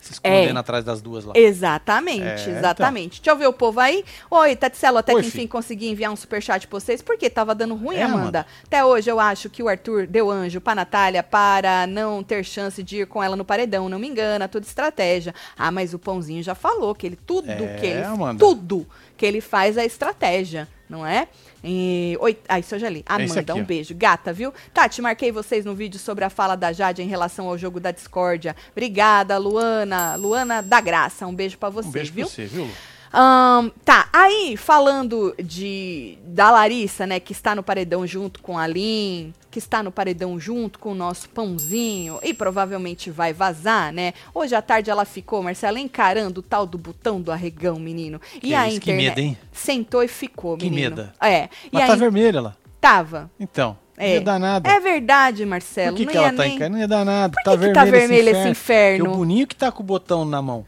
S1: É.
S2: se escondendo atrás das duas lá.
S1: Exatamente,
S2: É,
S1: exatamente. Deixa eu ver o povo aí. Oi, Tatselo, até
S2: Oi,
S1: que enfim
S2: filho.
S1: consegui enviar um superchat pra vocês, porque tava dando ruim,
S2: É,
S1: Amanda.
S2: Amanda.
S1: Até hoje eu acho que o Arthur deu anjo pra Natália para não ter chance de ir com ela no paredão, não me engana, tudo estratégia. Ah, mas o Pãozinho já falou que ele, tudo
S2: É,
S1: que ele,
S2: Amanda.
S1: tudo que ele faz é estratégia, não é? E, oi, ah, isso eu já li.
S2: É esse
S1: Amanda,
S2: aqui,
S1: um
S2: ó.
S1: beijo. Gata, viu? Tati, marquei vocês no vídeo sobre a fala da Jade em relação ao jogo da discórdia. Obrigada, Luana. Luana da Graça, um beijo pra você,
S2: um beijo
S1: viu?
S2: pra você, viu, Lu?
S1: Ahn, tá, aí, falando de da Larissa, né, que está no paredão junto com a Lin, que está no paredão junto com o nosso pãozinho e provavelmente vai vazar, né? Hoje à tarde ela ficou, Marcela, encarando o tal do botão do arregão, menino. E
S2: Que
S1: a
S2: isso, que
S1: internet
S2: medo, hein?
S1: sentou e ficou,
S2: Que
S1: menino.
S2: medo.
S1: É. E
S2: Mas
S1: aí
S2: tá vermelha lá.
S1: tava.
S2: Então,
S1: É.
S2: não ia dar nada.
S1: É verdade, Marcelo.
S2: Por que,
S1: não
S2: que
S1: ia
S2: ela tá
S1: nem...
S2: em casa? Não ia dar nada.
S1: Por
S2: tá
S1: que que
S2: vermelho,
S1: tá vermelho esse
S2: esse inferno.
S1: inferno?
S2: Porque o Boninho que tá com o botão na mão.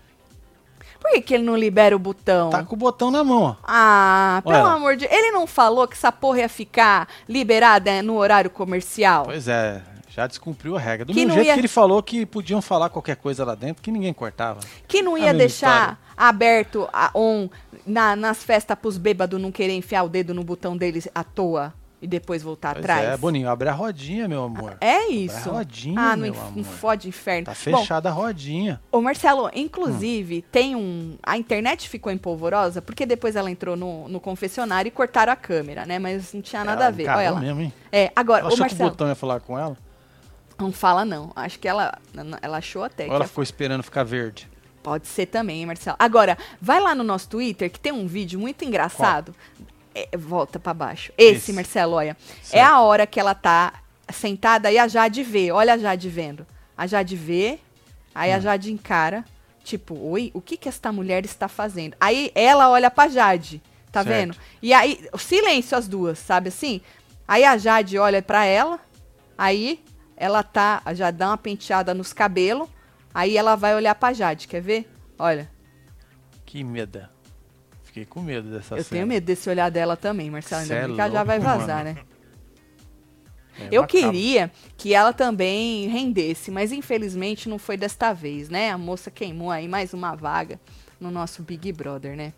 S1: Por que, que ele não libera o botão?
S2: Tá com o botão na mão, ó.
S1: Ah, pelo
S2: Olha lá.
S1: amor de Ele não falou que essa porra ia ficar liberada eh, no horário comercial?
S2: Pois é, já descumpriu a regra. Do
S1: Que
S2: mesmo
S1: não
S2: jeito
S1: ia-
S2: que ele falou que podiam falar qualquer coisa lá dentro, que ninguém cortava.
S1: Que não
S2: A
S1: ia
S2: mesma
S1: deixar
S2: história.
S1: aberto a, on na- nas festas pros bêbados não querer enfiar o dedo no botão deles à toa e depois voltar
S2: Pois
S1: atrás?
S2: é, Boninho, abre a rodinha, meu amor.
S1: É isso.
S2: rodinha,
S1: ah, não,
S2: meu
S1: inf-
S2: amor.
S1: não fode inferno.
S2: Tá
S1: Bom,
S2: fechada a rodinha.
S1: Ô Marcelo, inclusive,
S2: Hum.
S1: tem um. A internet ficou empolvorosa porque depois ela entrou no, no confessionário e cortaram a câmera, né? Mas não tinha nada
S2: Ela
S1: a ver.
S2: encarou
S1: Olha lá.
S2: mesmo, hein?
S1: É, agora,
S2: Ela
S1: ô
S2: achou que o
S1: Marcelo.
S2: botão ia falar com ela?
S1: Não fala, não. Acho que ela, n- ela achou até
S2: Ou ela
S1: É que
S2: ficou esperando ficar verde?
S1: pode ser também, hein, Marcelo. Agora, vai lá no nosso Twitter que tem um vídeo muito engraçado. É, volta pra baixo. Esse,
S2: Esse.
S1: Marcelo, olha. É
S2: Certo.
S1: a hora que ela tá sentada e a Jade vê. Olha a Jade vendo. A Jade vê, aí a Jade encara. Tipo, oi, o que que esta mulher está fazendo? Aí ela olha pra Jade, tá
S2: Certo.
S1: vendo? E aí, o silêncio as duas, sabe assim? Aí a Jade olha pra ela, aí ela tá, já dá uma penteada nos cabelos, aí ela vai olhar pra Jade, quer ver? Olha,
S2: Que medo. Fiquei com medo dessa
S1: eu
S2: cena.
S1: tenho medo desse olhar dela também, Marcelo, ainda
S2: Tá Cê é
S1: bem que ela já
S2: louco, É
S1: vai vazar, né? Eu
S2: macabro.
S1: queria que ela também rendesse, mas infelizmente não foi desta vez, né? A moça queimou aí mais uma vaga no nosso Big Brother, né?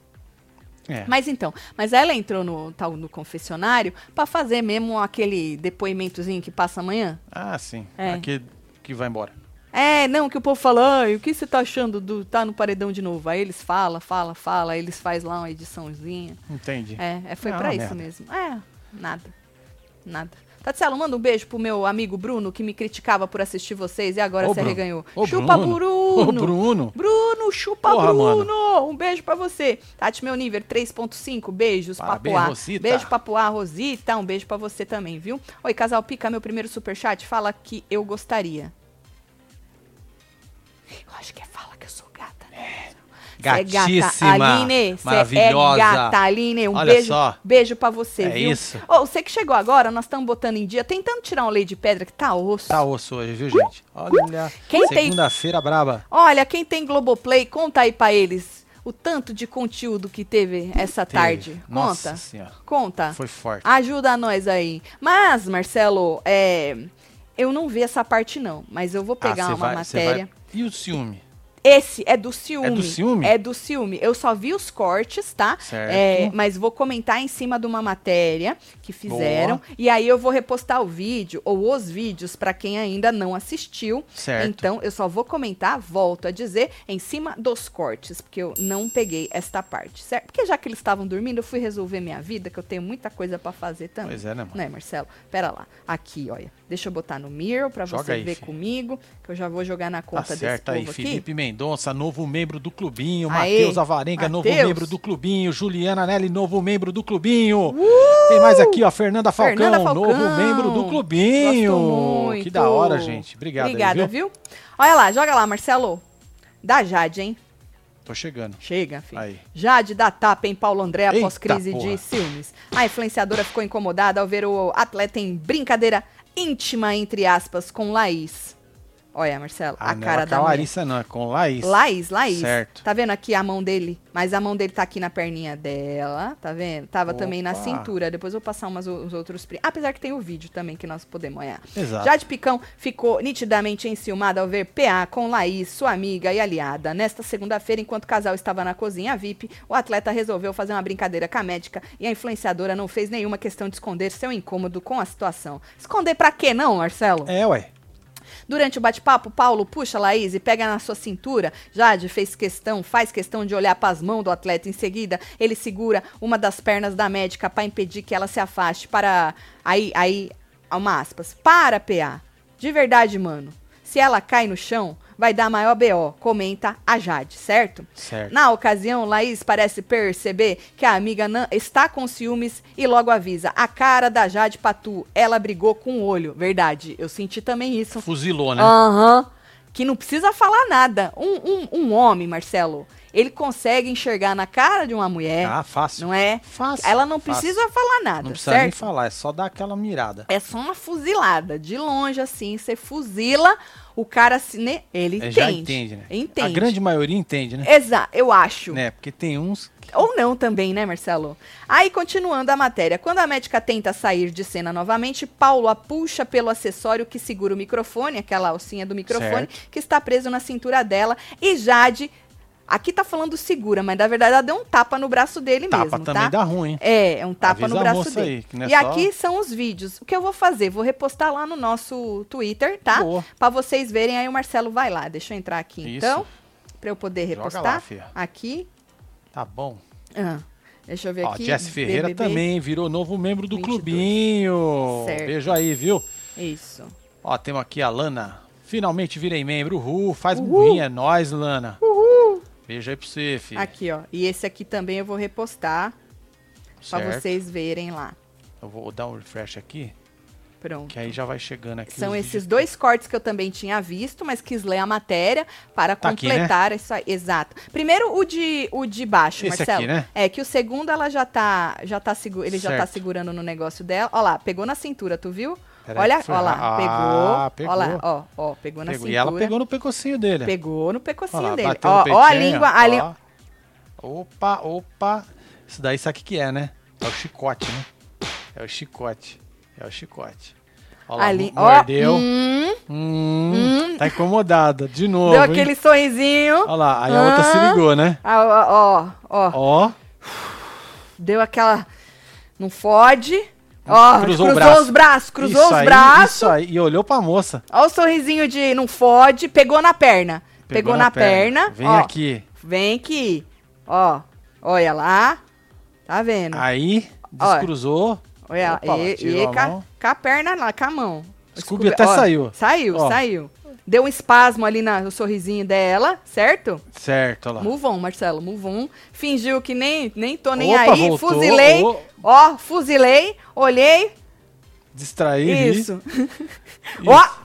S2: É.
S1: Mas então, mas ela entrou no tal no confessionário pra fazer mesmo aquele depoimentozinho que passa amanhã.
S2: Ah, sim.
S1: É.
S2: Aqui que vai embora.
S1: É, não, que o povo fala, ai, o que você tá achando do tá no paredão de novo? Aí eles fala, fala, fala, aí eles faz lá uma ediçãozinha.
S2: Entendi.
S1: É, é, foi
S2: Ah,
S1: pra
S2: merda.
S1: isso mesmo. É, nada. Nada. Tatielo, manda um beijo pro meu amigo Bruno, que me criticava por assistir vocês e agora
S2: Ô,
S1: se
S2: Bruno.
S1: arreganhou.
S2: Ô,
S1: chupa
S2: Bruno.
S1: Bruno!
S2: Ô, Bruno.
S1: Bruno, chupa
S2: Porra,
S1: Bruno! Um beijo pra você. Tati, meu nível 3.5, beijos,
S2: Parabéns,
S1: Papuá.
S2: Rosita.
S1: Beijo, Papuá, Rosita. Um beijo pra você também, viu? Oi, Casal Pica, meu primeiro superchat, fala que eu gostaria. Eu acho que é fala que eu sou gata, né?
S2: É.
S1: Cê É gata.
S2: Gatíssima.
S1: Aline, cê
S2: maravilhosa.
S1: É gata, Aline. Um
S2: Olha
S1: beijo,
S2: só.
S1: beijo pra você,
S2: É
S1: viu?
S2: isso.
S1: Ô, você que chegou agora, nós estamos botando em dia, tentando tirar um lei de pedra que tá osso.
S2: Tá osso hoje, viu, gente? Olha.
S1: Quem tem-
S2: Segunda-feira braba.
S1: Olha, quem tem Globoplay, conta aí pra eles o tanto de conteúdo que teve essa
S2: Teve.
S1: tarde. Conta. Ah,
S2: Nossa senhora.
S1: Conta.
S2: Foi forte.
S1: Ajuda nós aí. Mas, Marcelo, é, eu não vi essa parte não, mas eu vou pegar
S2: Ah, cê
S1: uma
S2: vai- cê vai-
S1: matéria.
S2: E o ciúme?
S1: Esse é do ciúme.
S2: É do ciúme?
S1: É do ciúme. Eu só vi os cortes, tá?
S2: Certo.
S1: É, mas vou comentar em cima de uma matéria que fizeram. E aí eu vou repostar o vídeo ou os vídeos pra quem ainda não assistiu.
S2: Certo.
S1: Então eu só vou comentar, volto a dizer, em cima dos cortes, porque eu não peguei esta parte, certo? Porque já que eles estavam dormindo, eu fui resolver minha vida, que eu tenho muita coisa pra fazer também.
S2: Pois é, né, mano?
S1: Né, Marcelo? Pera lá. Aqui, olha. Deixa eu botar no mirror pra
S2: Joga
S1: você
S2: aí,
S1: ver
S2: fi.
S1: comigo, que eu já vou jogar na
S2: Tá
S1: conta desse
S2: certo
S1: povo
S2: aí,
S1: aqui.
S2: Felipe Mendonça, novo membro do Clubinho.
S1: Aê,
S2: Matheus Avarenga, novo
S1: Matheus.
S2: membro do Clubinho. Juliana Nelly, novo membro do Clubinho. Tem mais aqui, ó, Fernanda Falcão,
S1: Uh! Fernanda Falcão.
S2: novo membro do Clubinho.
S1: Gosto muito.
S2: Que da hora, gente. Obrigado aí,
S1: Obrigada,
S2: viu?
S1: viu? Olha lá, joga lá, Marcelo. Da Jade, hein?
S2: Tô chegando.
S1: Chega, filho.
S2: Aí.
S1: Jade dá tapa em Paulo André após
S2: Eita
S1: crise de
S2: porra.
S1: ciúmes. A influenciadora ficou incomodada ao ver o atleta em brincadeira íntima, entre aspas, com Laís. Olha, Marcelo,
S2: Ah,
S1: a
S2: não,
S1: cara
S2: é
S1: da
S2: com a
S1: mulher.
S2: Larissa, não, é com Laís.
S1: Laís, Laís.
S2: Certo.
S1: Tá vendo aqui a mão dele? Mas a mão dele tá aqui na perninha dela, tá vendo? Tava também na
S2: Opa.
S1: cintura. Depois eu vou passar umas, o- os outros. pri- Apesar que tem o vídeo também que nós podemos olhar.
S2: Exato.
S1: Jade Picão ficou nitidamente enciumada ao ver PA com Laís, sua amiga e aliada. Nesta segunda-feira, enquanto o casal estava na cozinha VIP, o atleta resolveu fazer uma brincadeira com a médica e a influenciadora não fez nenhuma questão de esconder seu incômodo com a situação. Esconder pra quê não, Marcelo?
S2: É, ué.
S1: Durante o bate-papo, Paulo puxa a Laís e pega na sua cintura. Jade fez questão, faz questão de olhar para as mãos do atleta. Em seguida, ele segura uma das pernas da médica para impedir que ela se afaste para aí aí uma aspas. Para PA. De verdade, mano. Se ela cai no chão, vai dar maior BO, comenta a Jade, certo?
S2: Certo.
S1: Na ocasião, Laís parece perceber que a amiga não está com ciúmes e logo avisa. A cara da Jade Patu, ela brigou com o olho. Verdade, eu senti também isso.
S2: Fuzilou, né?
S1: Aham. Que não precisa falar nada. Um, um, um homem, Marcelo, ele consegue enxergar na cara de uma mulher,
S2: Ah, fácil.
S1: não é?
S2: Fácil.
S1: Ela não
S2: fácil.
S1: precisa falar nada,
S2: Não precisa nem
S1: Tá certo?
S2: falar, é só dar aquela mirada.
S1: É só uma fuzilada. De longe, assim, você fuzila, o cara se. Né? Ele
S2: É,
S1: entende.
S2: já entende, né?
S1: Entende. É,
S2: A grande maioria entende, né?
S1: Exato, eu acho.
S2: Né? Porque tem uns. que-
S1: Ou não também, né, Marcelo? Aí, continuando a matéria. Quando a médica tenta sair de cena novamente, Paulo a puxa pelo acessório que segura o microfone, aquela alcinha do microfone, que está preso na cintura dela. E Jade. Aqui tá falando segura, mas na verdade ela deu um tapa no braço dele
S2: Tapa
S1: mesmo,
S2: também
S1: tá?
S2: dá ruim, hein?
S1: É, é um tapa
S2: Avisa
S1: no
S2: a
S1: braço
S2: moça
S1: dele.
S2: aí, que não é
S1: e
S2: só-
S1: aqui são os vídeos. O que eu vou fazer? Vou repostar lá no nosso Twitter, tá?
S2: Boa.
S1: Pra vocês verem. Aí o Marcelo vai lá. Deixa eu entrar aqui,
S2: Isso.
S1: então. Pra eu poder
S2: Joga lá,
S1: repostar.
S2: fia.
S1: aqui.
S2: Tá bom.
S1: Ah, deixa eu ver
S2: Ó,
S1: aqui.
S2: Jess Ferreira
S1: BBB.
S2: também virou novo membro do
S1: 22.
S2: clubinho.
S1: Certo.
S2: Beijo aí, viu?
S1: Isso.
S2: Ó, temos aqui a Lana. Finalmente virei membro. Uhul, faz
S1: Uhul.
S2: burrinha, é nóis, Lana. Uhul. Beijo aí pra você, filho.
S1: Aqui, ó. E esse aqui também eu vou repostar pra
S2: Certo.
S1: vocês verem lá.
S2: Eu vou dar um refresh aqui,
S1: Pronto.
S2: que é aí já vai chegando aqui.
S1: São
S2: os
S1: esses
S2: vídeos.
S1: dois cortes que eu também tinha visto, mas quis ler a matéria para
S2: Tá aqui,
S1: completar isso aí. Exato. Primeiro o de, o de baixo,
S2: Esse
S1: Marcelo.
S2: aqui, né?
S1: É que o segundo ela já tá, já tá segu- ele já tá
S2: Certo.
S1: segurando no negócio dela. Ó lá, pegou na cintura, tu viu?
S2: Peraí,
S1: olha,
S2: que foi
S1: ó
S2: errado.
S1: lá,
S2: Ah,
S1: pegou. Ó lá, ó, ó, pegou na
S2: Pegou.
S1: cintura.
S2: E ela pegou no pecocinho dele.
S1: Pegou no pecocinho
S2: Olha lá,
S1: dele.
S2: bateu
S1: Ó,
S2: no
S1: ó a
S2: peitinho,
S1: língua, a,
S2: ó.
S1: li-
S2: Opa, opa. Isso daí sabe o que, que é, né? É o chicote, né? É o chicote. É o chicote. Olha lá,
S1: Ali,
S2: mo-
S1: ó,
S2: mordeu.
S1: hum,
S2: Hum, Tá incomodada. De novo,
S1: deu
S2: hein?
S1: aquele sorrisinho.
S2: Olha lá, aí a outra se
S1: Ah.
S2: ligou, né?
S1: Ah, ó, ó, ó.
S2: Ó.
S1: deu aquela. Não fode. Ó, cruzou,
S2: Cruzou o braço.
S1: os braços, cruzou
S2: Isso
S1: os
S2: aí,
S1: braços.
S2: Isso aí, e olhou pra moça.
S1: Ó, o sorrisinho de não fode, pegou na perna. Pegou, na, perna.
S2: Vem
S1: ó,
S2: aqui.
S1: Vem aqui. Ó, olha lá. Tá vendo?
S2: Aí, descruzou.
S1: olha
S2: opa,
S1: lá. E,
S2: tirou
S1: e
S2: a
S1: ca-
S2: mão.
S1: com a perna lá, com a mão.
S2: Scooby até saiu.
S1: Saiu,
S2: Ó.
S1: saiu. Deu um espasmo ali na- no sorrisinho dela, certo?
S2: Certo, olha lá.
S1: Move on, Marcelo, move on. Fingiu que nem, nem tô nem
S2: Opa,
S1: aí,
S2: voltou,
S1: fuzilei.
S2: ô.
S1: Ó, fuzilei, olhei.
S2: Distrair. ri.
S1: Isso. Ó,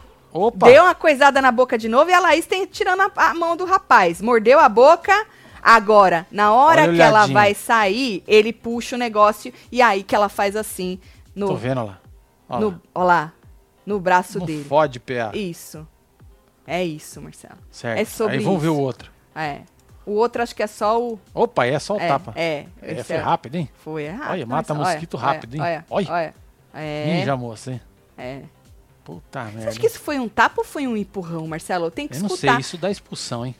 S2: Opa.
S1: Deu uma coisada na boca de novo e a Laís tem, tirando a, a mão do rapaz. Mordeu a boca. Agora, na hora
S2: Olha o
S1: que ela
S2: olhadinho.
S1: vai sair, ele puxa o negócio e aí que ela faz assim
S2: Tô
S1: no,
S2: vendo, olha lá. Olha lá.
S1: no, ó lá, no braço
S2: Não
S1: dele.
S2: fode, PA.
S1: Isso. É isso, Marcelo.
S2: Certo.
S1: É sobre
S2: Aí vamos ver
S1: isso.
S2: o outro.
S1: É. O outro acho que é só o.
S2: Opa, aí é só o
S1: é,
S2: tapa.
S1: É.
S2: É,
S1: esse
S2: foi
S1: é-
S2: rápido, hein?
S1: Foi errado.
S2: Olha, mata
S1: Marcelo.
S2: mosquito
S1: Olha,
S2: rápido, hein?
S1: Olha.
S2: Olha.
S1: olha. É.
S2: Ninja moça, hein?
S1: é.
S2: Puta merda.
S1: Você acha que isso foi um tapa ou foi um empurrão, Marcelo? Tem que
S2: Eu não sei,
S1: escutar.
S2: isso dá expulsão, hein?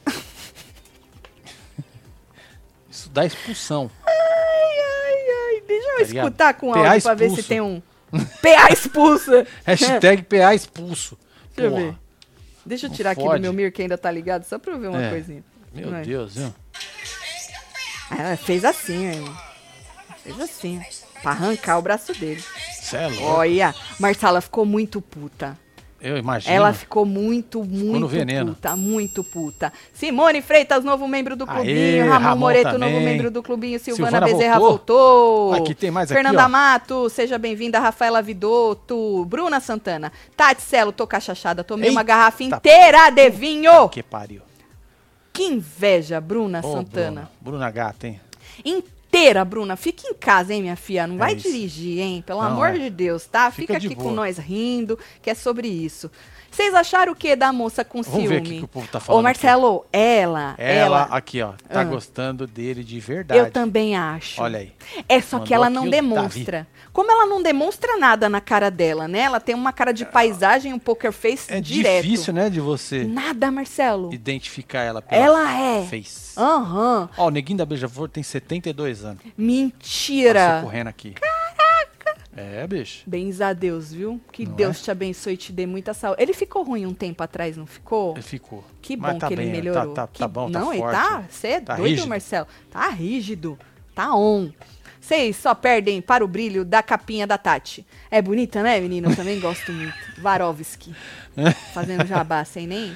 S2: isso dá expulsão.
S1: Ai, ai, ai. Deixa eu
S2: Tá ligado?
S1: escutar com
S2: PA
S1: áudio pra ver se
S2: expulso.
S1: tem um. PA expulsa!
S2: Hashtag PA expulso.
S1: Deixa eu
S2: Porra.
S1: ver. Deixa eu
S2: Não
S1: tirar aqui do
S2: fode.
S1: meu Mir que ainda tá ligado, só pra eu ver uma
S2: É.
S1: coisinha.
S2: Meu
S1: Vai.
S2: Deus, viu?
S1: Ah, ela fez assim, ó, irmão. Fez assim, ó. Pra arrancar o braço dele.
S2: Cê é louco.
S1: Olha, Marcela ficou muito puta.
S2: Eu imagino.
S1: Ela ficou muito, muito
S2: veneno.
S1: puta, muito puta. Simone Freitas, novo membro do
S2: Aê,
S1: clubinho. Ramon,
S2: Ramon
S1: Moreto,
S2: também.
S1: novo membro do clubinho. Silvana,
S2: Silvana
S1: Bezerra voltou.
S2: voltou. Aqui, tem mais aqui,
S1: Fernanda
S2: ó.
S1: Mato, seja bem-vinda. Rafaela Vidotto, Bruna Santana. Tati Celo, tô cachachada, tomei uma
S2: Eita, tá
S1: garrafa inteira de vinho.
S2: Que pariu.
S1: Que inveja, Bruna
S2: Ô,
S1: Santana.
S2: Bruna, Bruna gata, hein?
S1: Inteira, Bruna. Fica em casa, hein, minha filha. Não
S2: É
S1: vai
S2: isso.
S1: dirigir, hein? Pelo
S2: Não,
S1: amor
S2: é.
S1: de Deus, tá? Fica,
S2: Fica de
S1: aqui
S2: boa.
S1: com nós rindo, que é sobre isso. Vocês acharam o que da moça com
S2: Vamos ver
S1: ciúme?
S2: o que que o povo tá falando
S1: Ô, Marcelo, ela,
S2: Ela,
S1: ela,
S2: aqui, ó, tá
S1: Ah.
S2: gostando dele de verdade.
S1: eu também acho.
S2: Olha aí.
S1: É só que
S2: Mandou
S1: ela
S2: aqui
S1: não
S2: o
S1: demonstra. Como ela não demonstra nada na cara dela, né? Ela tem uma cara de paisagem, um poker face
S2: É
S1: direto.
S2: difícil, né, de você
S1: Nada, Marcelo.
S2: identificar ela pela
S1: Ela é.
S2: face.
S1: Aham.
S2: Ó, o Neguinho da Beija-Flor tem 72 anos. Passou
S1: Mentira.
S2: correndo aqui. É, bicho.
S1: Bens a Deus, viu? Que
S2: Não
S1: Deus te abençoe e te dê muita saúde. Ele ficou ruim um tempo atrás, não ficou?
S2: Ele ficou.
S1: Que
S2: Mas
S1: bom
S2: tá
S1: que
S2: bem,
S1: ele melhorou.
S2: Tá, tá,
S1: que...
S2: tá bom,
S1: não,
S2: tá
S1: ele
S2: forte.
S1: tá. Você é
S2: Tá
S1: doido,
S2: rígido.
S1: Marcelo. Tá rígido. Tá on. Vocês só perdem para o brilho da capinha da Tati. É bonita, né, menino? Eu também gosto muito. Varovski. Fazendo jabá sem nem.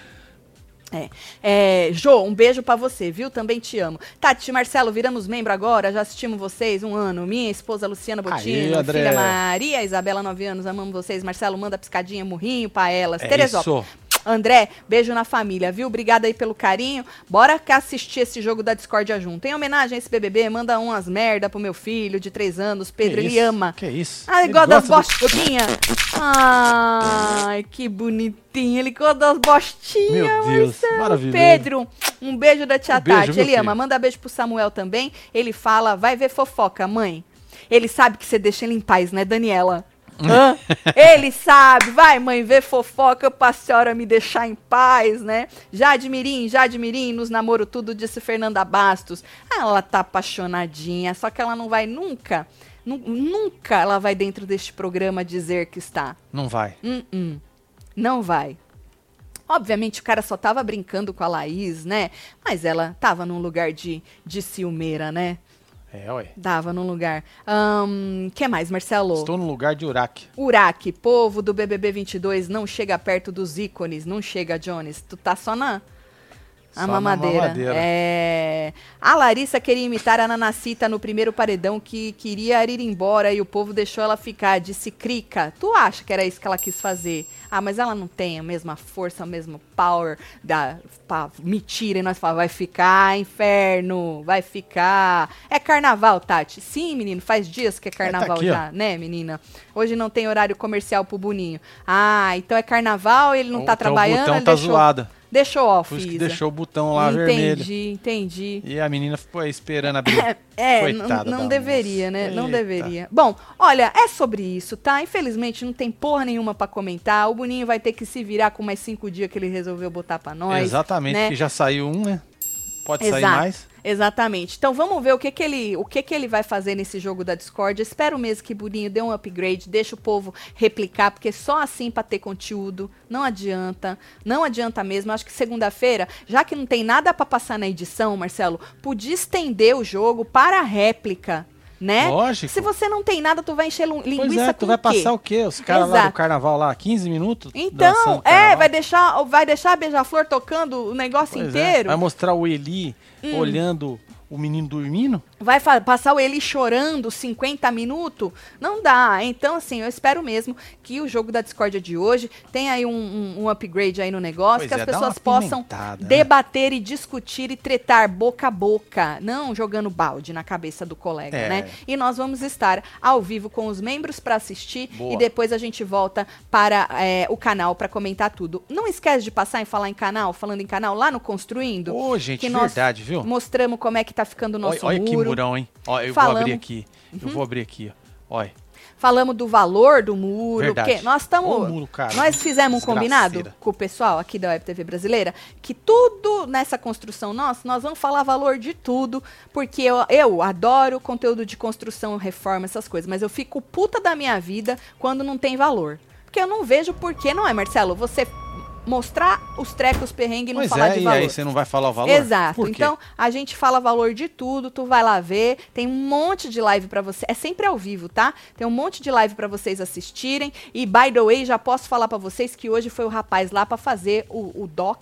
S1: É. é. Jô, um beijo pra você, viu? Também te amo. Tati, Marcelo, viramos membro agora, já assistimos vocês um ano. Minha esposa Luciana Botino,
S2: André.
S1: filha Maria, Isabela, nove anos, amamos vocês. Marcelo, manda piscadinha, murrinho pra elas.
S2: É
S1: Teresópolis.
S2: isso.
S1: André, beijo na família, viu? Obrigada aí pelo carinho. Bora cá assistir esse jogo da discórdia junto. Em homenagem a esse BBB, manda umas merda pro meu filho de três anos. Pedro,
S2: que
S1: ele
S2: isso?
S1: ama.
S2: Que isso?
S1: Ah, ele
S2: Ele
S1: gosta das
S2: gosta do-
S1: bostinhas. Ai, que bonitinho. Ele gosta das bostinhas.
S2: Meu Deus, maravilhoso.
S1: Pedro, um beijo da tia
S2: Um beijo,
S1: Tati.
S2: viu,
S1: ele
S2: filho?
S1: ama. Manda beijo pro Samuel também. Ele fala, vai ver fofoca, mãe. Ele sabe que você deixa ele em paz, né, Daniela? Hã? ele sabe, vai mãe, ver fofoca pra senhora me deixar em paz, né? Jade Mirim, Jade Mirim, nos namoro tudo, disse Fernanda Bastos. Ah, Ela tá apaixonadinha, só que ela não vai nunca, nu- nunca ela vai dentro deste programa dizer que está.
S2: Não vai.
S1: Hum-hum. Hum, Não vai. Obviamente o cara só tava brincando com a Laís, né? Mas ela tava num lugar de, de ciumeira, né?
S2: É, ué.
S1: Dava num lugar. Ahn, que mais, Marcelo?
S2: Estou no lugar de Uraque.
S1: Uraque, povo do BBB 22, não chega perto dos ícones, não chega, Jones. Tu tá só na.
S2: Só
S1: A
S2: na
S1: mamadeira.
S2: mamadeira.
S1: É. A Larissa queria imitar a Nanacita no primeiro paredão que queria ir embora e o povo deixou ela ficar, disse Crica. Tu acha que era isso que ela quis fazer? Ah, mas ela não tem a mesma força, o mesmo power da pá, mentira. E nós falamos, vai ficar, inferno, vai ficar. É carnaval, Tati. Sim, menino, faz dias que é carnaval
S2: tá aqui, ó.
S1: já, né, menina? Hoje não tem horário comercial pro Boninho. Ah, então é carnaval, ele não tá
S2: Então O
S1: trabalhando,
S2: botão
S1: ele
S2: tá
S1: deixou.
S2: zoado.
S1: Deixou off,
S2: Por isso que
S1: Isa.
S2: deixou o botão lá
S1: entendi,
S2: vermelho.
S1: Entendi,
S2: E a menina ficou aí esperando abrir.
S1: É,
S2: Coitada
S1: não,
S2: da
S1: não
S2: moça.
S1: deveria, né? Não
S2: Eita.
S1: deveria. Bom, olha, é sobre isso, tá? Infelizmente não tem porra nenhuma pra comentar. O Boninho vai ter que se virar com mais cinco dias que ele resolveu botar pra nós.
S2: Exatamente,
S1: né?
S2: que já saiu um, né? Pode sair
S1: Exato.
S2: mais.
S1: Exatamente. Então vamos ver o que, que ele, o que, que ele vai fazer nesse jogo da Discord. Espero mesmo que Burinho dê um upgrade, deixa o povo replicar, porque só assim para ter conteúdo não adianta. Não adianta mesmo. Eu acho que segunda-feira, já que não tem nada para passar na edição, Marcelo, podia estender o jogo para a réplica. Né?
S2: Lógico.
S1: Se você não tem nada, tu vai encher lu- linguiça
S2: pois é,
S1: com
S2: tu vai
S1: o quê?
S2: passar o quê? Os caras lá do
S1: Exato.
S2: carnaval lá, 15 minutos?
S1: Então,
S2: dançando
S1: é,
S2: carnaval?
S1: vai deixar, vai deixar a beija-flor tocando o negócio
S2: Pois é.
S1: inteiro. Hum.
S2: Vai mostrar o Eli olhando o menino dormindo?
S1: Vai fa- passar o ele chorando 50 minutos? Não dá. Então, assim, eu espero mesmo que o jogo da discórdia de hoje tenha aí um, um- um upgrade aí no negócio,
S2: Pois
S1: que
S2: é,
S1: as
S2: dá uma
S1: pessoas possam
S2: apimentada, né?
S1: debater e discutir e tretar boca a boca, não jogando balde na cabeça do colega,
S2: É.
S1: né? E nós vamos estar ao vivo com os membros para assistir
S2: Boa.
S1: e depois a gente volta para é, o canal para comentar tudo. Não esquece de passar e falar em canal, falando em canal, lá no Construindo.
S2: Ô, gente,
S1: que nós
S2: verdade, viu?
S1: Mostramos como é que tá ficando o
S2: Olha,
S1: nosso
S2: olha que
S1: muro. Uhum.
S2: murão, hein? Ó, eu vou
S1: Falamos.
S2: abrir aqui. Eu vou abrir aqui, ó. Olha.
S1: Falamos do valor do muro,
S2: Verdade.
S1: porque nós
S2: Ô,
S1: estamos.
S2: muro, cara.
S1: Nós fizemos um
S2: Desgraceira.
S1: combinado com o pessoal aqui da Web TV Brasileira que tudo nessa construção nossa, nós vamos falar valor de tudo, porque eu, eu adoro conteúdo de construção, reforma, essas coisas, mas eu fico puta da minha vida quando não tem valor. Porque eu não vejo por que, não é, Marcelo? Você mostrar os trecos perrengue e não
S2: Pois
S1: falar
S2: é,
S1: de
S2: e
S1: valor.
S2: aí você não vai falar o valor?
S1: Exato.
S2: Por quê?
S1: Então, a gente fala valor de tudo, tu vai lá ver, tem um monte de live pra você. É sempre ao vivo, tá? Tem um monte de live pra vocês assistirem. E by the way, já posso falar pra vocês que hoje foi o rapaz lá pra fazer o, o doc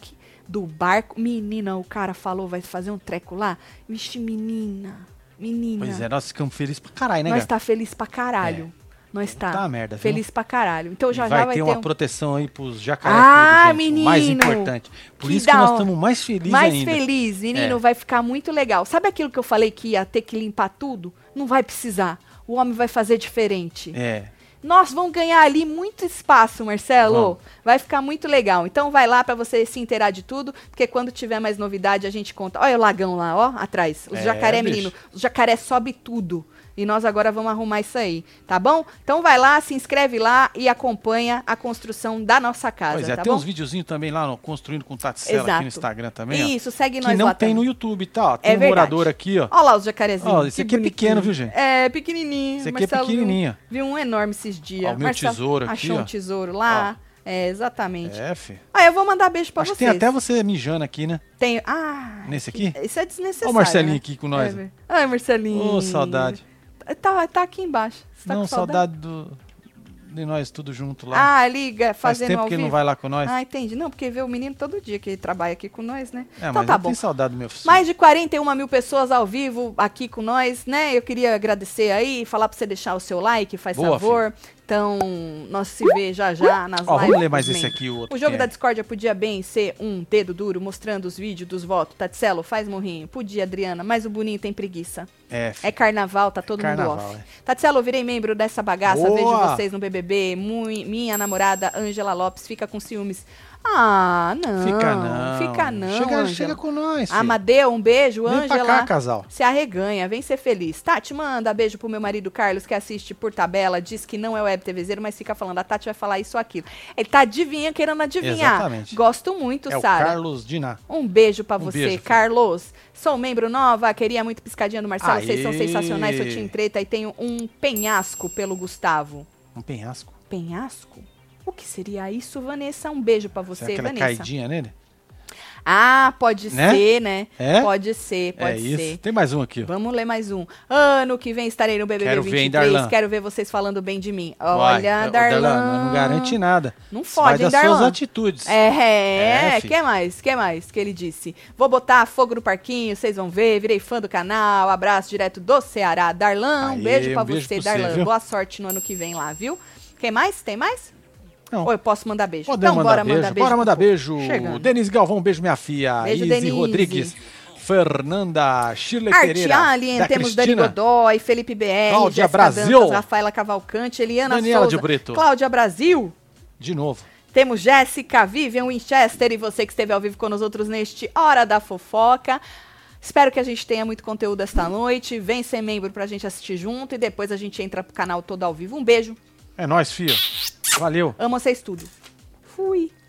S1: do barco. Menina, o cara falou vai fazer um treco lá. Vixe, menina. Menina.
S2: Pois é, nós ficamos felizes pra caralho, né,
S1: nós
S2: cara?
S1: tá feliz pra caralho. Nós tá.
S2: Puta merda, viu?
S1: feliz pra caralho. Então já
S2: E
S1: já
S2: vai
S1: vai
S2: ter uma
S1: um-
S2: proteção aí pros jacarés.
S1: Ah,
S2: tudo, gente, o Mais
S1: menino!
S2: importante. Por
S1: Que
S2: isso que
S1: da
S2: nós
S1: hora.
S2: estamos mais felizes
S1: mais
S2: ainda.
S1: feliz, menino,
S2: É.
S1: vai ficar muito legal. Sabe aquilo que eu falei que ia ter que limpar tudo? Não vai precisar. O homem vai fazer diferente.
S2: É.
S1: Nós vamos ganhar ali muito espaço, Marcelo.
S2: Vamos.
S1: Vai ficar muito legal. Então vai lá pra você se inteirar de tudo, porque quando tiver mais novidade a gente conta. Olha o lagão lá, ó, atrás. Os
S2: É,
S1: jacaré,
S2: bicho.
S1: menino. Os jacaré sobe tudo. E nós agora vamos arrumar isso aí, tá bom? Então vai lá, se inscreve lá e acompanha a construção da nossa casa,
S2: Pois é,
S1: tá
S2: tem
S1: bom?
S2: uns videozinhos também lá no Construindo com Taticela aqui
S1: Exato.
S2: no Instagram também, ó.
S1: Isso, segue
S2: que
S1: nós
S2: não
S1: lá
S2: tem
S1: também.
S2: no YouTube, tá? Ó,
S1: É
S2: tem um
S1: verdade.
S2: morador aqui, ó.
S1: Olha lá os jacarezinhos.
S2: Ó, esse
S1: que
S2: aqui é pequeno,
S1: bonitinho.
S2: viu, gente?
S1: É, pequenininho.
S2: Esse aqui é
S1: Marcelo viu-
S2: pequenininho.
S1: Viu, um enorme esses dias.
S2: Ó, o meu tesouro aqui,
S1: achou
S2: ó.
S1: um tesouro lá. É, exatamente.
S2: É, fi.
S1: Ah, eu vou mandar beijo pra
S2: Acho que
S1: vocês.
S2: tem até você mijando aqui, né?
S1: Tem- Ah.
S2: Nesse aqui?
S1: Isso é desnecessário.
S2: Ó o Marcelinho
S1: né?
S2: aqui com nós.
S1: É,
S2: ó.
S1: ver- Ai, Marcelinho.
S2: Ô, saudade.
S1: Tá, tá aqui embaixo. Você tá
S2: não,
S1: com
S2: saudade do... de nós tudo junto lá.
S1: Ah, liga,
S2: Faz
S1: fazendo
S2: tempo
S1: ao
S2: que ele
S1: vivo.
S2: não vai lá com nós.
S1: Ah, entendi. Não, porque vê o menino todo dia que ele trabalha aqui com nós, né?
S2: é,
S1: então
S2: mas
S1: tá
S2: eu
S1: bom.
S2: tenho saudade do meu filho.
S1: Mais de 41 mil pessoas ao vivo aqui com nós, né? Eu queria agradecer aí, falar pra você deixar o seu like, faz
S2: Boa,
S1: favor. Então, nós se vê já já nas
S2: Ó,
S1: lives.
S2: vamos ler mais
S1: dos
S2: esse
S1: membros.
S2: aqui, o outro.
S1: O jogo
S2: que
S1: da
S2: é.
S1: discórdia podia bem ser um dedo duro mostrando os vídeos dos votos. Tatselo, faz morrinho. Podia, Adriana, mas o Boninho tem preguiça.
S2: É, fi.
S1: É carnaval, tá todo
S2: Carnaval, é.
S1: mundo off. Tatselo, eu virei membro dessa bagaça,
S2: Boa!
S1: vejo vocês no BBB. Mui- minha namorada, Ângela Lopes, fica com ciúmes. Ah, não.
S2: Fica não.
S1: Fica não,
S2: Chega,
S1: Ângela.
S2: chega com nós, fi.
S1: Amadeu, um beijo,
S2: Vem pra cá,
S1: Ângela.
S2: casal.
S1: Se arreganha, vem ser feliz. Tati, manda beijo pro meu marido Carlos, que assiste por tabela, diz que não é web TVzeiro, mas fica falando, a Tati vai falar isso ou aquilo. Ele tá adivinha, querendo adivinhar.
S2: Exatamente.
S1: Gosto muito,
S2: é o
S1: Sara.
S2: Carlos Diná.
S1: Um beijo pra
S2: Um
S1: você,
S2: beijo, filho.
S1: Carlos. Sou um membro nova, queria muito piscadinha do Marcelo, vocês são
S2: Aê!
S1: sensacionais, sou Tim Treta e tenho um penhasco pelo Gustavo.
S2: Um penhasco.
S1: Penhasco? O que seria isso, Vanessa? Um beijo pra você,
S2: Será que ela é
S1: Vanessa.
S2: caidinha nele?
S1: Ah, pode
S2: Né?
S1: ser, né?
S2: É?
S1: Pode ser, pode
S2: é
S1: ser.
S2: isso. Tem mais um aqui, ó.
S1: Vamos ler mais um. Ano que vem estarei no BBB
S2: Quero ver, hein,
S1: 23.
S2: Darlan?
S1: Quero ver vocês falando bem de mim.
S2: Vai,
S1: Olha,
S2: ô,
S1: Darlan.
S2: Não garante nada.
S1: Não
S2: Vai
S1: fode, hein,
S2: das
S1: Darlan?
S2: suas atitudes.
S1: É,
S2: É, fi.
S1: que mais? Que mais que ele disse? Vou botar fogo no parquinho, vocês vão ver. Virei fã do canal. Abraço direto do Ceará. Darlan, um
S2: Aê,
S1: beijo pra
S2: um beijo
S1: você,
S2: pra você,
S1: Darlan.
S2: viu?
S1: Boa sorte no ano que vem lá, viu? Quem mais? Tem mais?
S2: Não.
S1: Ou eu posso mandar beijo?
S2: Podemos
S1: então,
S2: mandar
S1: bora
S2: beijo.
S1: mandar beijo.
S2: Bora
S1: pro
S2: mandar
S1: povo.
S2: beijo.
S1: Chegando.
S2: Denise Galvão, um beijo, minha filha.
S1: Beijo,
S2: Izzy
S1: Denise.
S2: Rodrigues. Fernanda Shirley
S1: Arte
S2: Pereira.
S1: Alien,
S2: da
S1: temos
S2: Cristina.
S1: Dani Godoy, Felipe BR,
S2: Cláudia
S1: Jéssica
S2: Brasil.
S1: Dantas, Rafaela Cavalcante, Eliana
S2: Daniela
S1: Souza,
S2: de Brito.
S1: Cláudia Brasil.
S2: De novo.
S1: Temos Jéssica, Vivian Winchester e você que esteve ao vivo com nós outros neste Hora da Fofoca. Espero que a gente tenha muito conteúdo esta noite. Vem ser membro pra gente assistir junto e depois a gente entra pro canal todo ao vivo. Um beijo.
S2: É nóis, filho. Valeu.
S1: Amo vocês tudo. Fui.